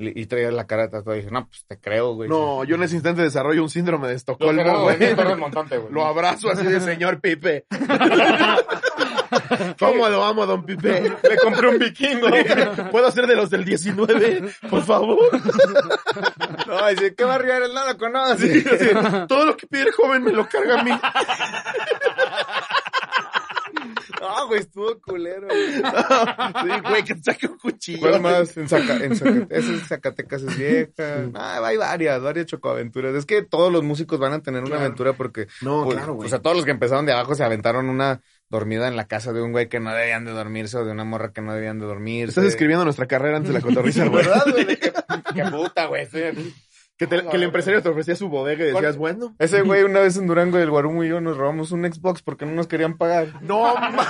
Y, y traía la cara tatuada y dije, no, pues te creo, güey. No, yo en ese instante desarrollo un síndrome de Yo creo, Estocolmo, güey. güey, Torres Montante, güey. Lo abrazo así de señor Pipe. ¿Cómo lo amo, don Pipe? Me compré un vikingo. ¿Puedo ser de los del 19? Por favor. No, dice, ¿qué barrio eres? No lo conoces. Sí, sí. Todo lo que pide el joven me lo carga a mí. No, güey, estuvo culero. güey. Sí, güey, que te saque un cuchillo. ¿Cuál más? En, Zaca- en Zaca- esa en Zacatecas es vieja. Ah, hay varias, varias chocoaventuras. Es que todos los músicos van a tener una aventura porque... No, pues, claro, güey. O sea, todos los que empezaron de abajo se aventaron una dormida en la casa de un güey que no debían de dormirse o de una morra que no debían de dormirse. Estás escribiendo nuestra carrera antes de la cotorriza, güey. Este, ¿Verdad, güey? Qué, qué puta, güey. Sí. Que, te- que el empresario te ofrecía su bodega y decías, bueno. Ese güey una vez en Durango del Guarumo y yo nos robamos un Xbox porque no nos querían pagar. No mames.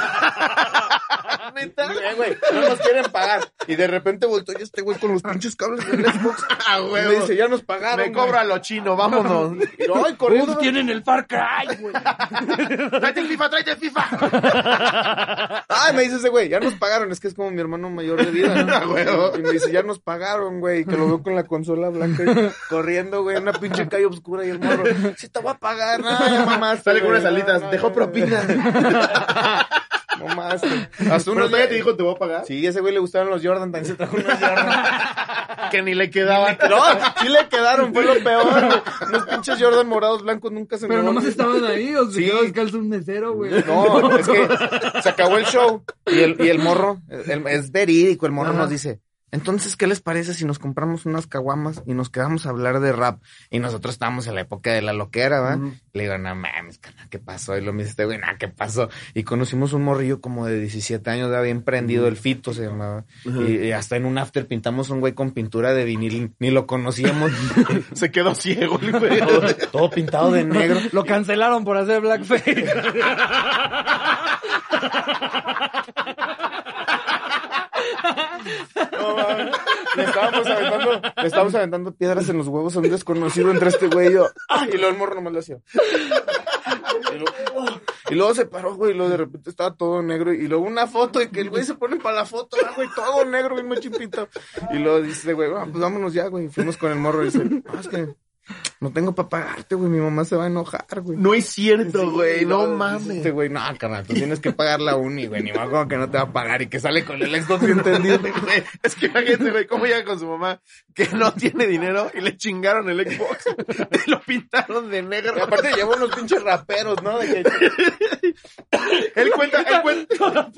Eh, güey, no nos quieren pagar. Y de repente volteó y este güey con los pinches cables del Xbox. Ah, Y güey. me dice, ya nos pagaron. Me cobra Pues, lo chino, vámonos. güey. Y yo, ay, digo. corriendo. Uf, tienen el Far Cry, güey. tráete el FIFA, tráete el FIFA. Ay, Ah, me dice ese güey, ya nos pagaron. Es que es como mi hermano mayor de vida. ¿no? Ah, güey. Y me dice, ya nos pagaron, güey. Que lo veo con la consola blanca y corriendo, güey, en una pinche calle oscura y el morro. Sí, te voy a pagar, no, ya mamá. Sale con unas alitas, dejó propina. No más. Hasta Pero unos todavía días te dijo, te voy a pagar. Sí, ese güey le gustaron los Jordan, también se trajo unos Jordan. Que ni le quedaban. No, sí le quedaron, fue lo peor. güey. Unos pinches Jordan morados blancos nunca se me Pero van a nomás olvidar. estaban ahí, o se Sí. quedó descalzo un mesero, güey. No, es que se acabó el show y el, y el morro, el- es verídico, el morro Ajá. nos dice, entonces, ¿qué les parece si nos compramos unas caguamas y nos quedamos a hablar de rap? Y nosotros estábamos en la época de la loquera, ¿va? Le digo, no mames, carnal, ¿qué pasó? Y lo me dice este güey, nah, ¿qué pasó? Y conocimos un morrillo como de 17 años, ya bien prendido, el Fito se llamaba. Y, y hasta en un after pintamos un güey con pintura de vinil, ni lo conocíamos. Se quedó ciego el güey. todo, todo pintado de negro. Lo cancelaron por hacer blackface. No, mames. le estábamos aventando, le estábamos aventando piedras en los huevos a un desconocido entre este güey y yo. ¡ay! Y luego el morro nomás lo hacía. Y luego, ¡oh! Y luego se paró, güey, y luego de repente estaba todo negro. Y luego una foto, y que el güey se pone para la foto, ah, güey, todo negro, bien machimpito. Y luego dice, güey, "Ah, pues vámonos ya, güey. Y Fuimos con el morro y dice, no, es que no tengo para pagarte, güey, mi mamá se va a enojar, güey. No es cierto, güey. No Dice mames. Este güey, no, carnal, tú tienes que pagar la uni, güey. Ni más como que no te va a pagar y que sale con el Xbox bien tendido. Güey, Es que imagínate, güey, cómo llega con su mamá que no tiene dinero y le chingaron el Xbox y lo pintaron de negro. Y aparte llevó unos pinches raperos, ¿no? De que- Él cuenta, él cuenta.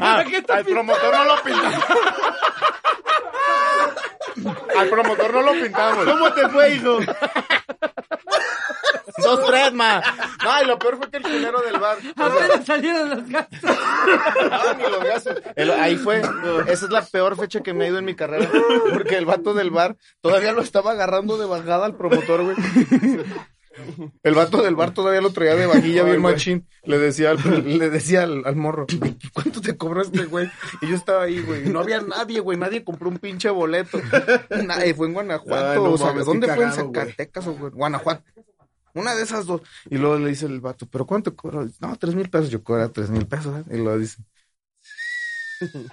Ah, al promotor no lo pintamos. al promotor no lo pintamos. ¿Cómo te fue, hijo? Dos, tres, ma. No, y lo peor fue que el culero del bar. Apenas salieron las gatas. No, Ah, ni los gastos. El- ahí fue. Esa es la peor fecha que me ha ido en mi carrera. Porque el vato del bar todavía lo estaba agarrando de bajada al promotor, güey. El vato del bar todavía lo traía de vajilla bien machín. Le decía, al, le decía al, al morro, ¿cuánto te cobró este güey? Y yo estaba ahí, güey. y No había nadie, güey. Nadie compró un pinche boleto. Nadie. Fue en Guanajuato. Ay, no o sea, mames, ¿dónde qué fue? cagado, en güey. Zacatecas o güey? Guanajuato. Una de esas dos. Y luego le dice el vato, ¿pero cuánto cobró? Dice, No, tres mil pesos. Yo cobra tres mil pesos. ¿eh? Y luego dice.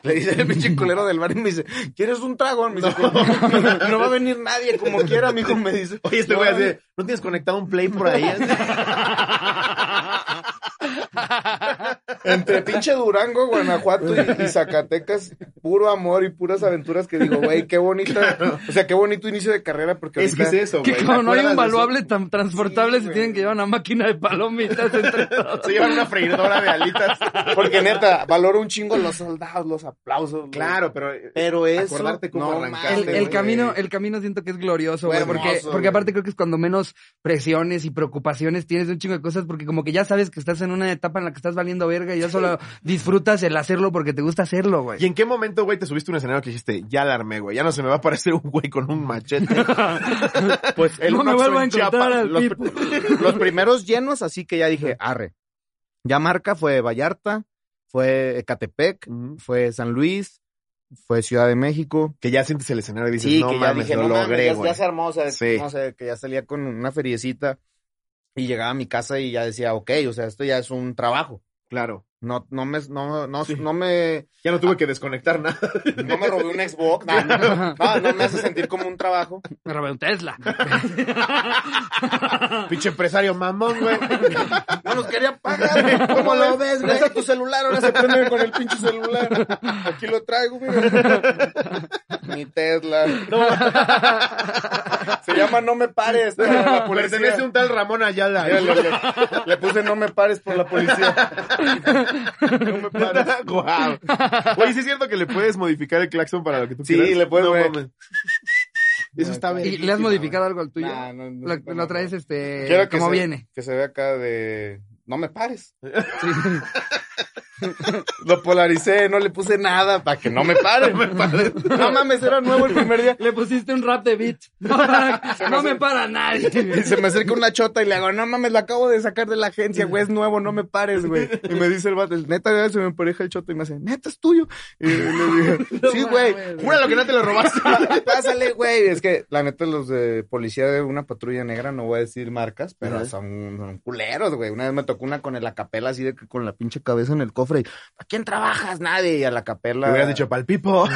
Le dice el pinche culero del bar y me dice, ¿quieres un trago? Me dice, no. va a venir nadie como quiera, mijo, me dice. Oye, este "No güey va a así, de, ¿no tienes conectado un play por ahí? Entre pinche Durango, Guanajuato y, y Zacatecas, puro amor y puras aventuras que digo, güey, qué bonita. O sea, qué bonito inicio de carrera porque Es que es ahorita- eso, Que güey. como no ¿Te hay un acuerdas de eso? valuable tan transportable, Sí, se güey. tienen que llevar una máquina de palomitas entre todos. Se llevan una freidora de alitas. Porque neta, valoro un chingo los soldados, los aplausos. güey. Claro, pero... eh, Pero eso. Acordarte cómo arrancaste, El, Ándale, el güey. camino, el camino siento que es glorioso, güey, Fue porque, hermoso, porque güey. aparte creo que es cuando menos presiones y preocupaciones tienes de un chingo de cosas, porque como que ya sabes que estás en una etapa en la que estás valiendo verga y ya solo disfrutas el hacerlo porque te gusta hacerlo, güey. ¿Y en qué momento, güey, te subiste a un escenario que dijiste, ya la armé, güey? Ya no se me va a aparecer un güey con un machete. Pues el No me Unox vuelvo en a encontrar Chiapas, al los, tipo. pr- los primeros llenos, así que ya dije, "Ah, arre. Ya marca fue Vallarta, fue Ecatepec, fue San Luis, fue Ciudad de México. que ya sientes el escenario y dices, no mames, lo mames, logré, ya- güey. ya, se armó, o sea, Sí. no sé, que ya salía con una feriecita y llegaba a mi casa y ya decía, ok, o sea, esto ya es un trabajo. Claro. No, no me, no, no, no me, Ya no tuve que desconectar nada. no me robé un Xbox, no, no, no, no me hace sentir como un trabajo. Me robé un Tesla. Pinche empresario mamón, güey. No nos quería pagar, güey. ¿Cómo lo ves, güey? Deja tu celular, ahora se prende con el pinche celular. Aquí lo traigo, mira. Mi Tesla. Se llama No me pares. por la policía. Pertenece un tal Ramón Ayala. Mira, le, le- le puse No me pares por la policía. No me pares. Guau. Güey, sí es cierto que le puedes modificar el claxon para lo que tú Sí, quieras. le puedes, No güey. mames. Eso está ¿Y bien. le has modificado algo al tuyo? Nah, no, no, lo, no, lo no. traes este Quiero que como se- viene. Que se vea acá de No me pares. Sí. Lo polaricé, no le puse nada para que no me pare. No, mames, era nuevo el primer día. Le pusiste un rap de beat. No, para- no me para nadie. Y se me acerca una chota y le hago, no mames, la acabo de sacar de la agencia, güey, es nuevo, no me pares, güey. Y me dice el vato, neta, güey, se me empareja el chota y me hace, neta, es tuyo. Y le digo, sí, güey, Júralo que no te lo robaste. pá- pásale, güey. Es que, la neta, los de policía de una patrulla negra, no voy a decir marcas, pero son, son culeros, güey. Una vez me tocó una con el acapela así de que con la pinche cabeza cabeza en el cofre. Y, ¿A quién trabajas? Nadie. Y a la capela. Le hubieras dicho pal pipo.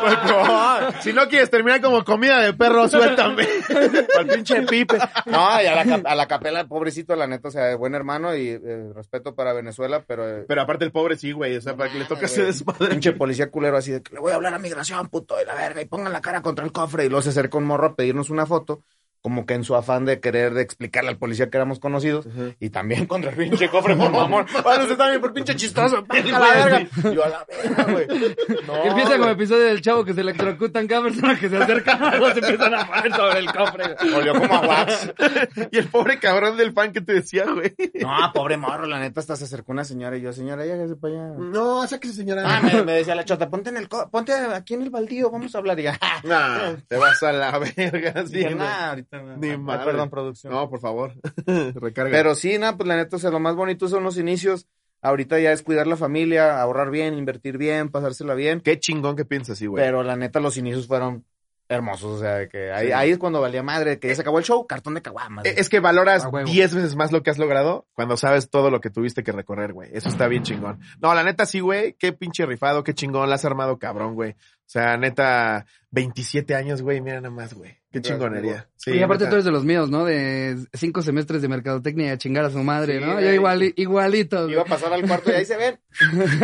Por favor. si no quieres terminar como comida de perro, suéltame. Pal pinche pipe. No, y a la, cap- a la capela, pobrecito, la neta, o sea, buen hermano y eh, respeto para Venezuela, pero... eh, Pero aparte el pobre sí, Ah, güey. O sea, para que le toque Madre, ese güey. desmadre. Pinche policía culero así de que le voy a hablar a migración, puto, y la verga, y pongan la cara contra el cofre. Y luego se acerca un morro a pedirnos una foto, como que en su afán de querer de explicarle al policía que éramos conocidos, y también contra el pinche cofre, por mamón. Bueno, usted también por pinche chistoso, a la verga. Y Yo a la verga, güey. No, Empieza como güey. episodio del chavo que se electrocutan cada persona que se acerca, todos empiezan a parar sobre el cofre. Olió como a wax. Y el pobre cabrón del pan que te decía, güey. No, pobre morro, la neta, hasta se acercó una señora y yo, señora, lléguese para allá. No, sáquese, señora. Ah, me, me decía la chota, ponte en el co- ponte aquí en el baldío, vamos a hablar y "Ah, ya. Nah, te vas a la verga, sí. Dije, no. "Nah, ahorita no". Ni Ay, madre. Perdón, producción. No, por favor. Recarga. Pero sí, nada, pues la neta, o sea, lo más bonito son los inicios. Ahorita ya es cuidar la familia, ahorrar bien, invertir bien, pasársela bien. qué chingón que piensas así, güey. Pero la neta, los inicios fueron hermosos. O sea, de que ahí, Sí. Eh, ahí es cuando valía madre, que ya se acabó el show, cartón de caguamas. E, Es que valoras A huevo. 10 veces más lo que has logrado cuando sabes todo lo que tuviste que recorrer, güey. Eso está bien chingón. No, la neta sí, güey. Qué pinche rifado, qué chingón. La has armado cabrón, güey. O sea, neta, 27 años, güey. Mira nada más, güey. Qué Gracias, chingonería. Sí, y aparte neta. tú eres de los míos, ¿no? De cinco semestres de mercadotecnia y a chingar a su madre, Sí, ¿no? güey. Yo igual, igualito. Iba a pasar al cuarto y ahí se ven.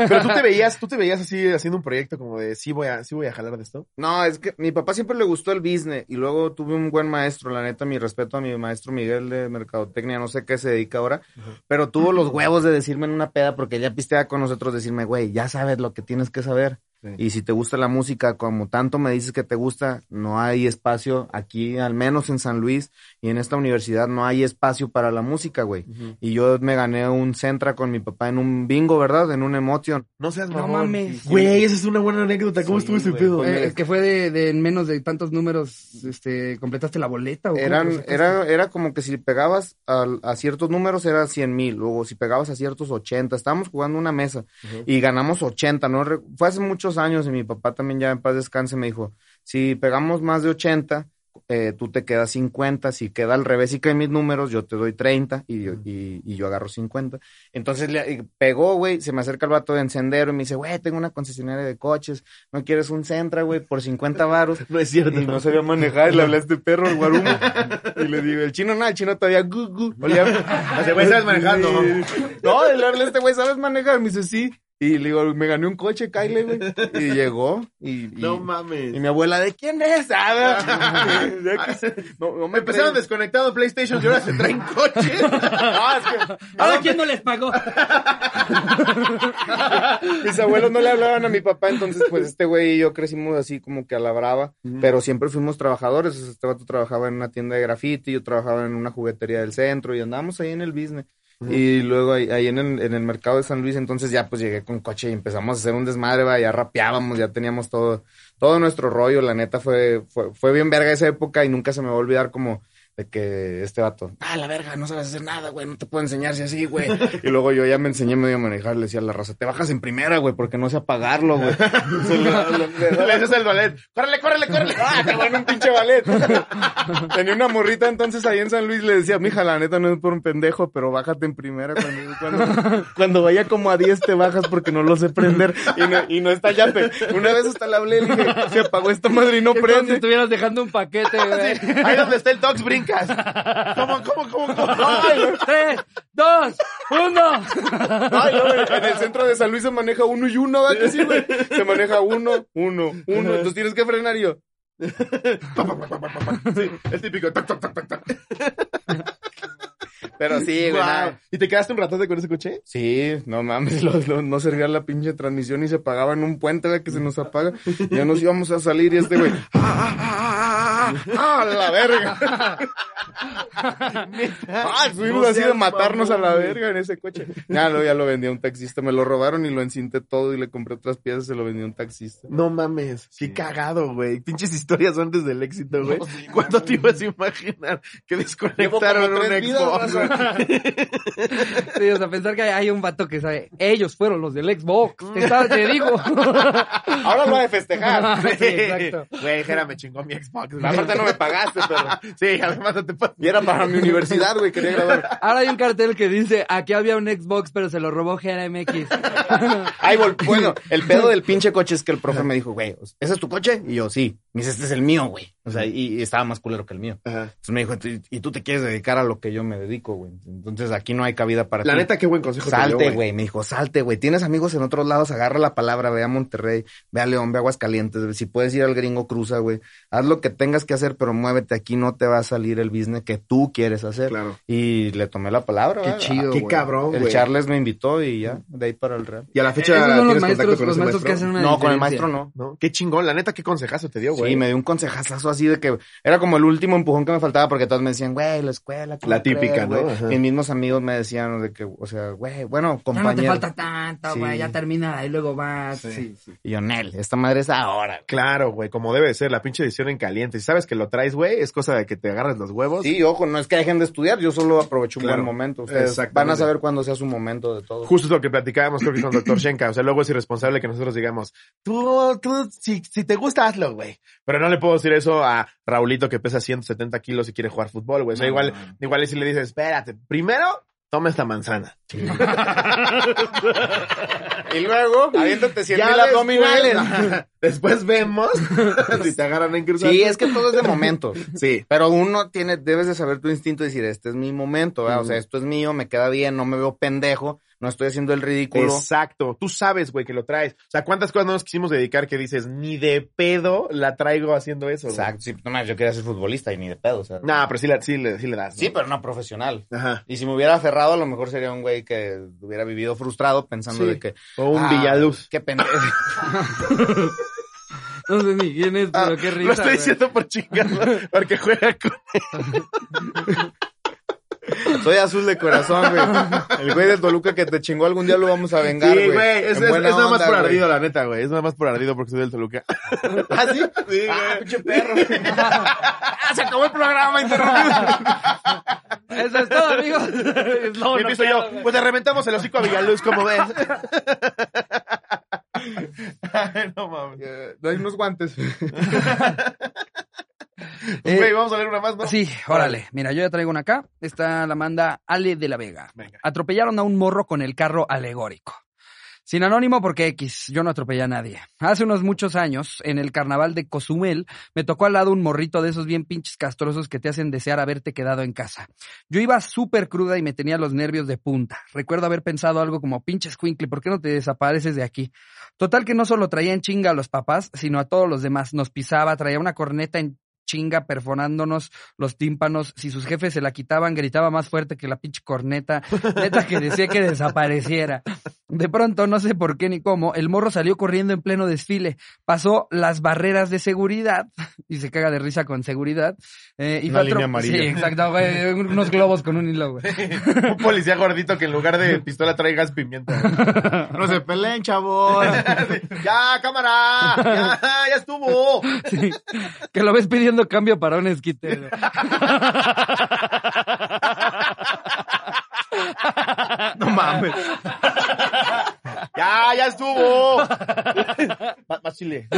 Pero tú te veías, tú te veías así haciendo un proyecto como de sí voy a, sí voy a jalar de esto. No, es que mi papá siempre le gustó el business y luego tuve un buen maestro, la neta, mi respeto a mi maestro Miguel de Mercadotecnia, no sé qué se dedica ahora, pero tuvo los huevos de decirme en una peda porque ya pisteaba con nosotros, decirme, güey, ya sabes lo que tienes que saber. Sí. Y si te gusta la música, como tanto me dices que te gusta, no hay espacio aquí, al menos en San Luis y en esta universidad, no hay espacio para la música, güey. Y yo me gané un Centra con mi papá en un bingo, ¿verdad? En un Emotion. No seas No mamón. mames. Güey, esa es una buena anécdota. ¿Cómo Sí, estuvo ese güey. pedo? Eh, que fue de, de en menos de tantos números, este, completaste la boleta. ¿o cómo te Eran, sacaste? era, era como que si pegabas al- a, ciertos números era 100 mil, luego si pegabas a ciertos 80, estábamos jugando una mesa y ganamos 80, ¿no? Re- Fue hace muchos años y mi papá también ya en paz descanse me dijo, si pegamos más de 80, eh, tú te quedas 50, si queda al revés y caen mis números, yo te doy 30 y, yo- y, y yo agarro 50. Entonces le y pegó, güey, se me acerca el vato de encendero y me dice, güey, tengo una concesionaria de coches, ¿no quieres un Centra, güey, por 50 varos? No es cierto. Y no sabía manejar, y le hablé a este perro, el guarumo. Y le digo, el chino, nada, el chino todavía, gu, gu. Olía- Ese güey, ¿sabes manejando? No, y le hablé a este güey, ¿sabes manejar? Me dice, sí. Y le digo, me gané un coche, Kyle, güey. Y llegó, y, y, No y mames. mi abuela, ¿de quién es? Ah, de- no, no me Empezaron creen. desconectado PlayStation y ahora se traen coches. No, es Ahora, ¿quién no les pagó? que mis abuelos no le hablaban a mi papá, entonces, pues, este güey y yo crecimos así como que a la brava. Pero siempre fuimos trabajadores. o sea, Este vato trabajaba en una tienda de graffiti, yo trabajaba en una juguetería del centro y andábamos ahí en el business. Y luego ahí, ahí en, el, en el mercado de San Luis, entonces ya pues llegué con coche y empezamos a hacer un desmadre, va, ya rapeábamos, ya teníamos todo, todo nuestro rollo, la neta fue, fue, fue bien verga esa época y nunca se me va a olvidar como de que este vato, ah, la verga, no sabes hacer nada, güey, no te puedo enseñar si así, güey. y luego yo ya me enseñé medio a manejar, le decía a la raza, te bajas en primera, güey, porque no sé apagarlo, güey. Se lo- lo- Le haces el ballet. ¡Córrele, córrele, córrele! ¡Ah, te van un pinche ballet! Tenía una morrita entonces ahí en San Luis, le decía, mija, la neta no es por un pendejo, pero bájate en primera. Cuando, cuando, cuando vaya como a 10 te bajas porque no lo sé prender. Y no, y no está ya. te- Una vez hasta le hablé, le dije, se apagó esta madre y no Es como si prende. estuvieras dejando un paquete, güey. Ahí donde está el Tox brincas. ¿Cómo, cómo, cómo, cómo? Tres, dos, uno. Ay, Ah, no, güey, en el centro de San Luis se maneja uno y uno, ¿verdad que sí, güey? Se maneja uno, uno, uno. Entonces tienes que frenar y yo. Sí, el típico. Toc, toc, toc, toc, toc. Pero sí, güey. nada. Guau. ¿Y te quedaste un ratote con ese coche? Sí, no mames, lo- lo- no servía la pinche transmisión y se apagaba en un puente, güey, que se nos apaga. Ya nos íbamos a salir y este güey. ¡Ah, ah, ah, ah, ah, a la verga! ¡Ah, estuvimos así de matarnos a la verga en ese coche! Ya lo, ya lo vendí a un taxista, me lo robaron y lo encinté todo y le compré otras piezas y se lo vendí a un taxista. No mames, qué cagado, güey. Pinches historias antes del éxito, güey. ¿Cuánto te ibas a imaginar que desconectaron un Xbox? güey? Sí, o sea, pensar que hay un vato que sabe, ellos fueron los del Xbox, te, estaba- te digo. Ahora lo va a festejar. Sí, exacto. Güey, Jera me chingó mi Xbox. güey. aparte no me pagaste, pero... Sí, además no te pasa. Y era para mi universidad, güey, quería grabar. Ahora hay un cartel que dice, aquí había un Xbox, pero se lo robó GRMX. Ay, vol- bueno, el pedo del pinche coche es que el profe me dijo, güey, ¿ese es tu coche? Y yo, sí. Me dice, este es el mío, güey. O sea, y, y estaba más culero que el mío. Ajá. Entonces me dijo, "Tú- ¿y tú te quieres dedicar a lo que yo me dedico, güey? Entonces aquí no hay cabida para La ti". neta, qué buen consejo. te Salte, dio, güey. Me dijo, salte, güey. Tienes amigos en otros lados, agarra la palabra, ve a Monterrey, ve a León, ve a Aguascalientes. güey. Si puedes ir al gringo, cruza, güey. Haz lo que tengas que hacer, pero muévete. Aquí no te va a salir el business que tú quieres hacer. Claro. Y le tomé la palabra, Qué güey. chido, Ah, qué cabrón, El güey. Charles me invitó y ya, de ahí para el Real. Y a la fecha Esos son los tienes maestros, contacto con los ese maestros maestro. que hacen una No, con el diferencia. maestro no. ¿No? Qué chingón, la neta, qué consejazo te dio, güey. Sí, me dio un consejazo así de que era como el último empujón que me faltaba porque todos me decían, güey, la escuela. ¿cómo La típica, crees, güey?" ¿no? Ajá. Mis mismos amigos me decían de que, o sea, güey, bueno, Ya no te compañero. falta tanto, Sí. güey. Ya termina y luego vas. Sí, sí. y yo, Nel, esta madre es ahora. güey". Claro, güey, como debe de ser, la pinche edición en caliente. Si sabes que lo traes, güey, es cosa de que te agarres los huevos. Sí, ojo, no es que dejen de estudiar, yo solo aprovecho un Claro. buen momento. Ustedes van Exactamente. a saber cuándo sea su momento de todo. Justo es lo que platicábamos, creo que con Doctor Shenka. O sea, luego es irresponsable que nosotros digamos, tú, tú, si, si te gusta, hazlo, güey. Pero no le puedo decir eso a Raulito que pesa 170 kilos y quiere jugar fútbol, güey. O sea, igual, igual y si le dices, espérate, primero, toma esta manzana. Y luego, aviéntate cien mil abdominales. después, después vemos si te agarran en cruzado. Sí, es que todo es de momentos. sí. Pero uno tiene, debes de saber tu instinto y decir, este es mi momento, ¿verdad? o sea, esto es mío, me queda bien, no me veo pendejo, no estoy haciendo el ridículo. Exacto. Tú sabes, güey, que lo traes. O sea, ¿cuántas cosas no nos quisimos dedicar que dices, ni de pedo la traigo haciendo eso? güey? Exacto, sí, no más, yo quería ser futbolista y ni de pedo, o sea. Nah, pero sí, la, sí, le, sí le das. ¿no? Sí, pero no profesional. Ajá. Y si me hubiera aferrado, a lo mejor sería un güey que hubiera vivido frustrado pensando Sí. de que. O un "Ah, Villaluz. Qué pendejo. No sé ni quién es, pero qué risa, Ah, Lo estoy güey. diciendo por chingarlo, porque juega con... Soy azul de corazón, güey. El güey de Toluca que te chingó algún día lo vamos a vengar, güey. Es, En es- buena es nada más onda, por güey. ardido, la neta, güey. Es nada más por ardido porque soy del Toluca. ¿Ah, sí? Ah, pinche perro. Ah, se acabó el programa, interrumpido. Eso es todo, amigos. Es lo y empiezo yo, pues le reventamos el hocico a Villaluz, como ves. Ay, no mames. Eh, Doy unos guantes. Eh, Güey, vamos a leer una más, ¿no? Sí, órale. Mira, yo ya traigo una acá. Esta la manda Ale de la Vega. Venga. Atropellaron a un morro con el carro alegórico. Sin anónimo porque X, yo no atropellé a nadie. Hace unos muchos años, en el carnaval de Cozumel, me tocó al lado un morrito de esos bien pinches castrosos que te hacen desear haberte quedado en casa. Yo iba súper cruda y me tenía los nervios de punta. Recuerdo haber pensado algo como, pinches Quinkle, ¿por qué no te desapareces de aquí? Total que no solo traía en chinga a los papás, sino a todos los demás. Nos pisaba, traía una corneta en chinga perforándonos los tímpanos. Si sus jefes se la quitaban, gritaba más fuerte que la pinche corneta. Neta que decía que desapareciera. De pronto, no sé por qué ni cómo, el morro salió corriendo en pleno desfile. Pasó las barreras de seguridad y se caga de risa con seguridad. Eh, y Una fue atro- línea amarilla. Sí, exacto, güey. Unos globos con un hilo, güey. Un policía gordito que en lugar de pistola trae gas pimienta. No se peleen, chavos. ¡Ya, cámara! ¡Ya, ya estuvo! Sí. Que lo ves pidiendo cambio para un esquite. güey. No mames. ¡Ya, ya estuvo! Más- Más chile.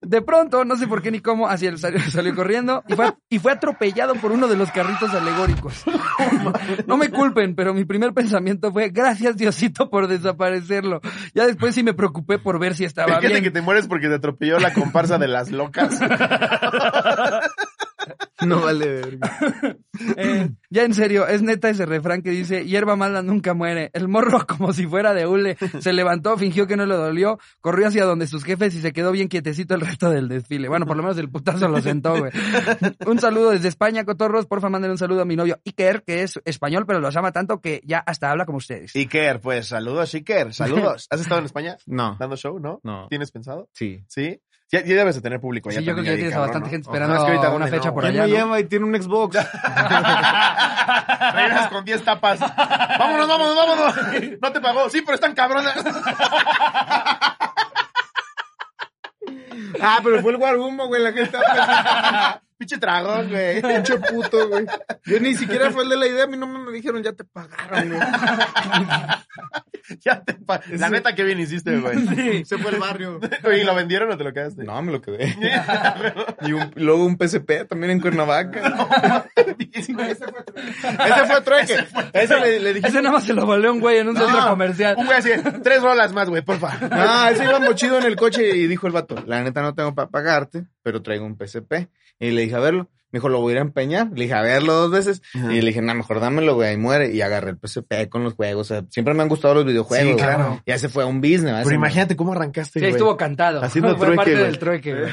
De pronto, no sé por qué ni cómo, hacia el salió, salió corriendo y fue, y fue atropellado por uno de los carritos alegóricos. No me culpen, pero mi primer pensamiento fue, gracias Diosito por desaparecerlo. Ya después sí me preocupé por ver si estaba Fíjate bien. que te mueres porque te atropelló la comparsa de las locas. No vale verga. Eh, ya en serio, es neta ese refrán que dice, hierba mala nunca muere. El morro, como si fuera de hule, se levantó, fingió que no le dolió, corrió hacia donde sus jefes y se quedó bien quietecito el resto del desfile. Bueno, por lo menos el putazo lo sentó, güey. Un saludo desde España, Cotorros. Porfa, manden un saludo a mi novio Iker, que es español, pero los ama tanto que ya hasta habla como ustedes. Iker, pues saludos, Iker, saludos. ¿Has estado en España No. dando show, no? No. ¿Tienes pensado? Sí. Sí. Ya, ya debes de tener público. Sí, yo creo que ya también ahí, tienes a cabrón, bastante ¿no? gente esperando No, es que ahorita una dónde, fecha no. por ¿Quién allá. me ¿no? llama y tiene un Xbox? Regresas con 10 tapas. Vámonos, vámonos, vámonos. No te pagó. Sí, pero están cabronas. ah, pero fue el Guarumbo, güey, la que ah, estaba. Pinche tragón, güey. Pinche puto, güey. Yo ni siquiera fue el de la idea, a mí no me, me dijeron, ya te pagaron, güey. Ya te pa- La neta, qué bien hiciste, güey. Se fue el barrio. Oye, ¿Y lo vendieron o te lo quedaste? No, me lo quedé. y un- luego un PSP también en Cuernavaca. Ese fue trueque. Ese le, le dije. Ese nada más se lo valió un güey en un centro comercial. Un güey así, tres rolas más, güey, porfa. No, ese iba mochido en el coche y dijo el vato, la neta no tengo para pagarte, pero traigo un PSP. Y le dije, a verlo. Me dijo, lo voy a ir a empeñar. Le dije, a verlo dos veces. Y le dije, no, mejor dámelo, güey, y muere. Y agarré el PSP con los juegos. O sea, siempre me han gustado los videojuegos. Sí, güey. claro. Ya se fue a un business. ¿verdad? Pero Se- imagínate cómo Sí, arrancaste, güey. estuvo cantado. Haciendo Fue trueque, parte güey. del trueque, güey.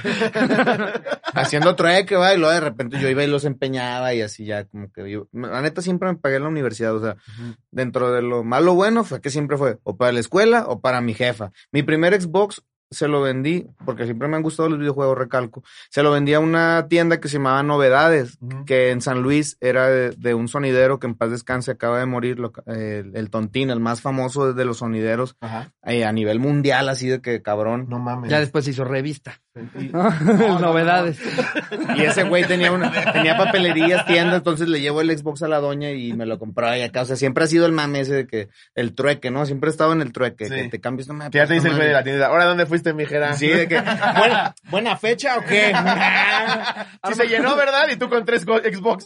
haciendo trueque, va, y luego de repente yo iba y los empeñaba y así ya como que yo, la neta siempre me pagué en la universidad, o sea, dentro de lo malo bueno fue que siempre fue o para la escuela o para mi jefa. Mi primer Xbox se lo vendí, porque siempre me han gustado los videojuegos, recalco, se lo vendí a una tienda que se llamaba Novedades, Ujú. que en San Luis era de, de un sonidero que en paz descanse acaba de morir, lo- el, el Tontín, el más famoso de los sonideros Ajá. eh, a nivel mundial, así de que cabrón. No mames. Ya después se hizo revista. Y- ¿no? Novedades. Y ese güey tenía una, tenía papelerías, tienda, entonces le llevo el Xbox a la doña y me lo compraba y acá. O sea, siempre ha sido el mame ese de que el trueque, ¿no? Siempre he estado en el trueque, Sí. que te cambias no me Que ya te dice el puta güey de madre. la tienda. ¿Ahora dónde fuiste, mijera? Sí, de que, ¿buena, buena fecha o qué? Sí se llenó, ¿verdad? Y tú con tres go- Xbox.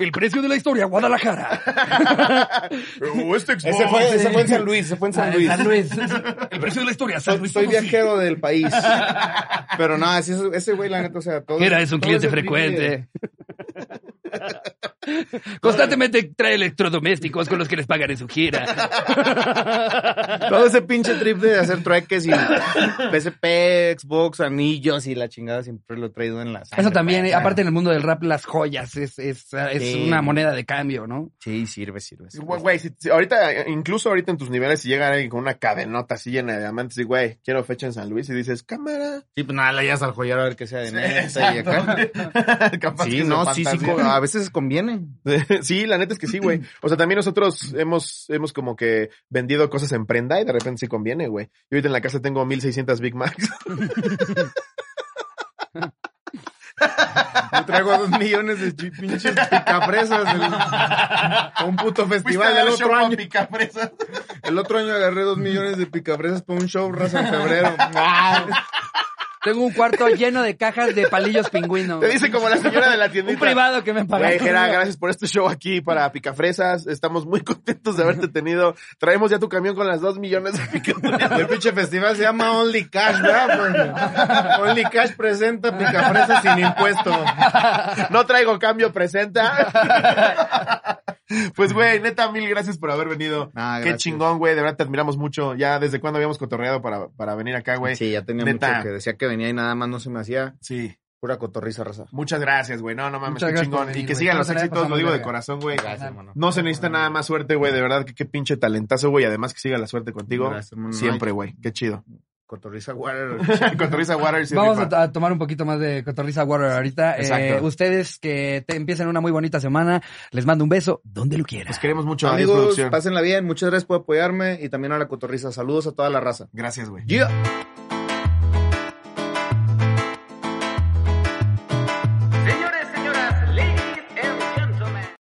El precio de la historia, Guadalajara. Uh, este Xbox. ese, fue, ese fue en San Luis, ese fue en Ah, San Luis. El precio de la historia, San Soy, Luis. soy viajero del país. Pero no, así es- ese güey, la neta, o sea, todo. Era, es un todo cliente ese tipo de- frecuente. Constantemente trae electrodomésticos con los que les pagan en su gira. Todo ese pinche trip de hacer trueques y PSP, Xbox, anillos y la chingada siempre lo he traído en la sangre. Eso también, pues, eh, aparte en el mundo del rap, las joyas es, es, es Sí. una moneda de cambio, ¿no? Sí, sirve, sirve. sirve. Güey, güey, si- si ahorita, eh, incluso ahorita en tus niveles, si llega alguien con una cadenota así llena de diamantes y, güey, quiero fecha en San Luis y dices, cámara. Sí, pues nada, le llevas al joyero a ver qué sea de neta y acá. Capaz que Sí, se no, sí, sí, fantasea. co- a veces conviene. Sí, la neta es que sí, güey. O sea, también nosotros hemos, hemos como que vendido cosas en prenda y de repente sí conviene, güey. Yo ahorita en la casa tengo 1600 Big Macs. Yo traigo dos millones de chi- pinches picapresas del- a un puto festival del otro año. El otro año agarré dos millones de picapresas para un show raza en febrero. Ah. Tengo un cuarto lleno de cajas de palillos pingüino. Te dice como la señora de la tiendita. Un privado que me pagó. Güey, Jera, gracias por este show aquí para Picafresas. Estamos muy contentos de haberte tenido. Traemos ya tu camión con las dos millones de picafresas. El pinche festival se llama Only Cash, ¿verdad? güey? Only Cash presenta picapresas sin impuesto. No traigo cambio, presenta. Pues, güey, neta, mil gracias por haber venido. Ah, Qué gracias. chingón, güey. De verdad te admiramos mucho. Ya desde cuándo habíamos cotorreado para, para venir acá, güey. Sí, ya tenía Neta. mucho que decía que venía y nada más no se me hacía Sí. pura cotorriza raza. Muchas gracias, güey. No, no mames, Muchas qué gracias por chingón. venir, y que güey. sigan Nos los la éxitos, lo pasamos digo de verga. corazón, güey. Gracias, hermano. No se necesita nada más suerte, güey. De verdad, que qué pinche talentazo, güey. Además que siga la suerte contigo. Gracias, hermano. Siempre, güey. Qué chido. Cotorriza water. Cotorriza Waters. y Vamos rifa. a, a tomar un poquito más de Cotorriza Water ahorita. Exacto. Eh, ustedes que te empiecen una muy bonita semana, les mando un beso donde lo quieran. Los queremos mucho, adiós, Amigos, producción. pásenla bien. Muchas gracias por apoyarme y también a la cotorriza. Saludos a toda la raza. Gracias, güey. Yeah.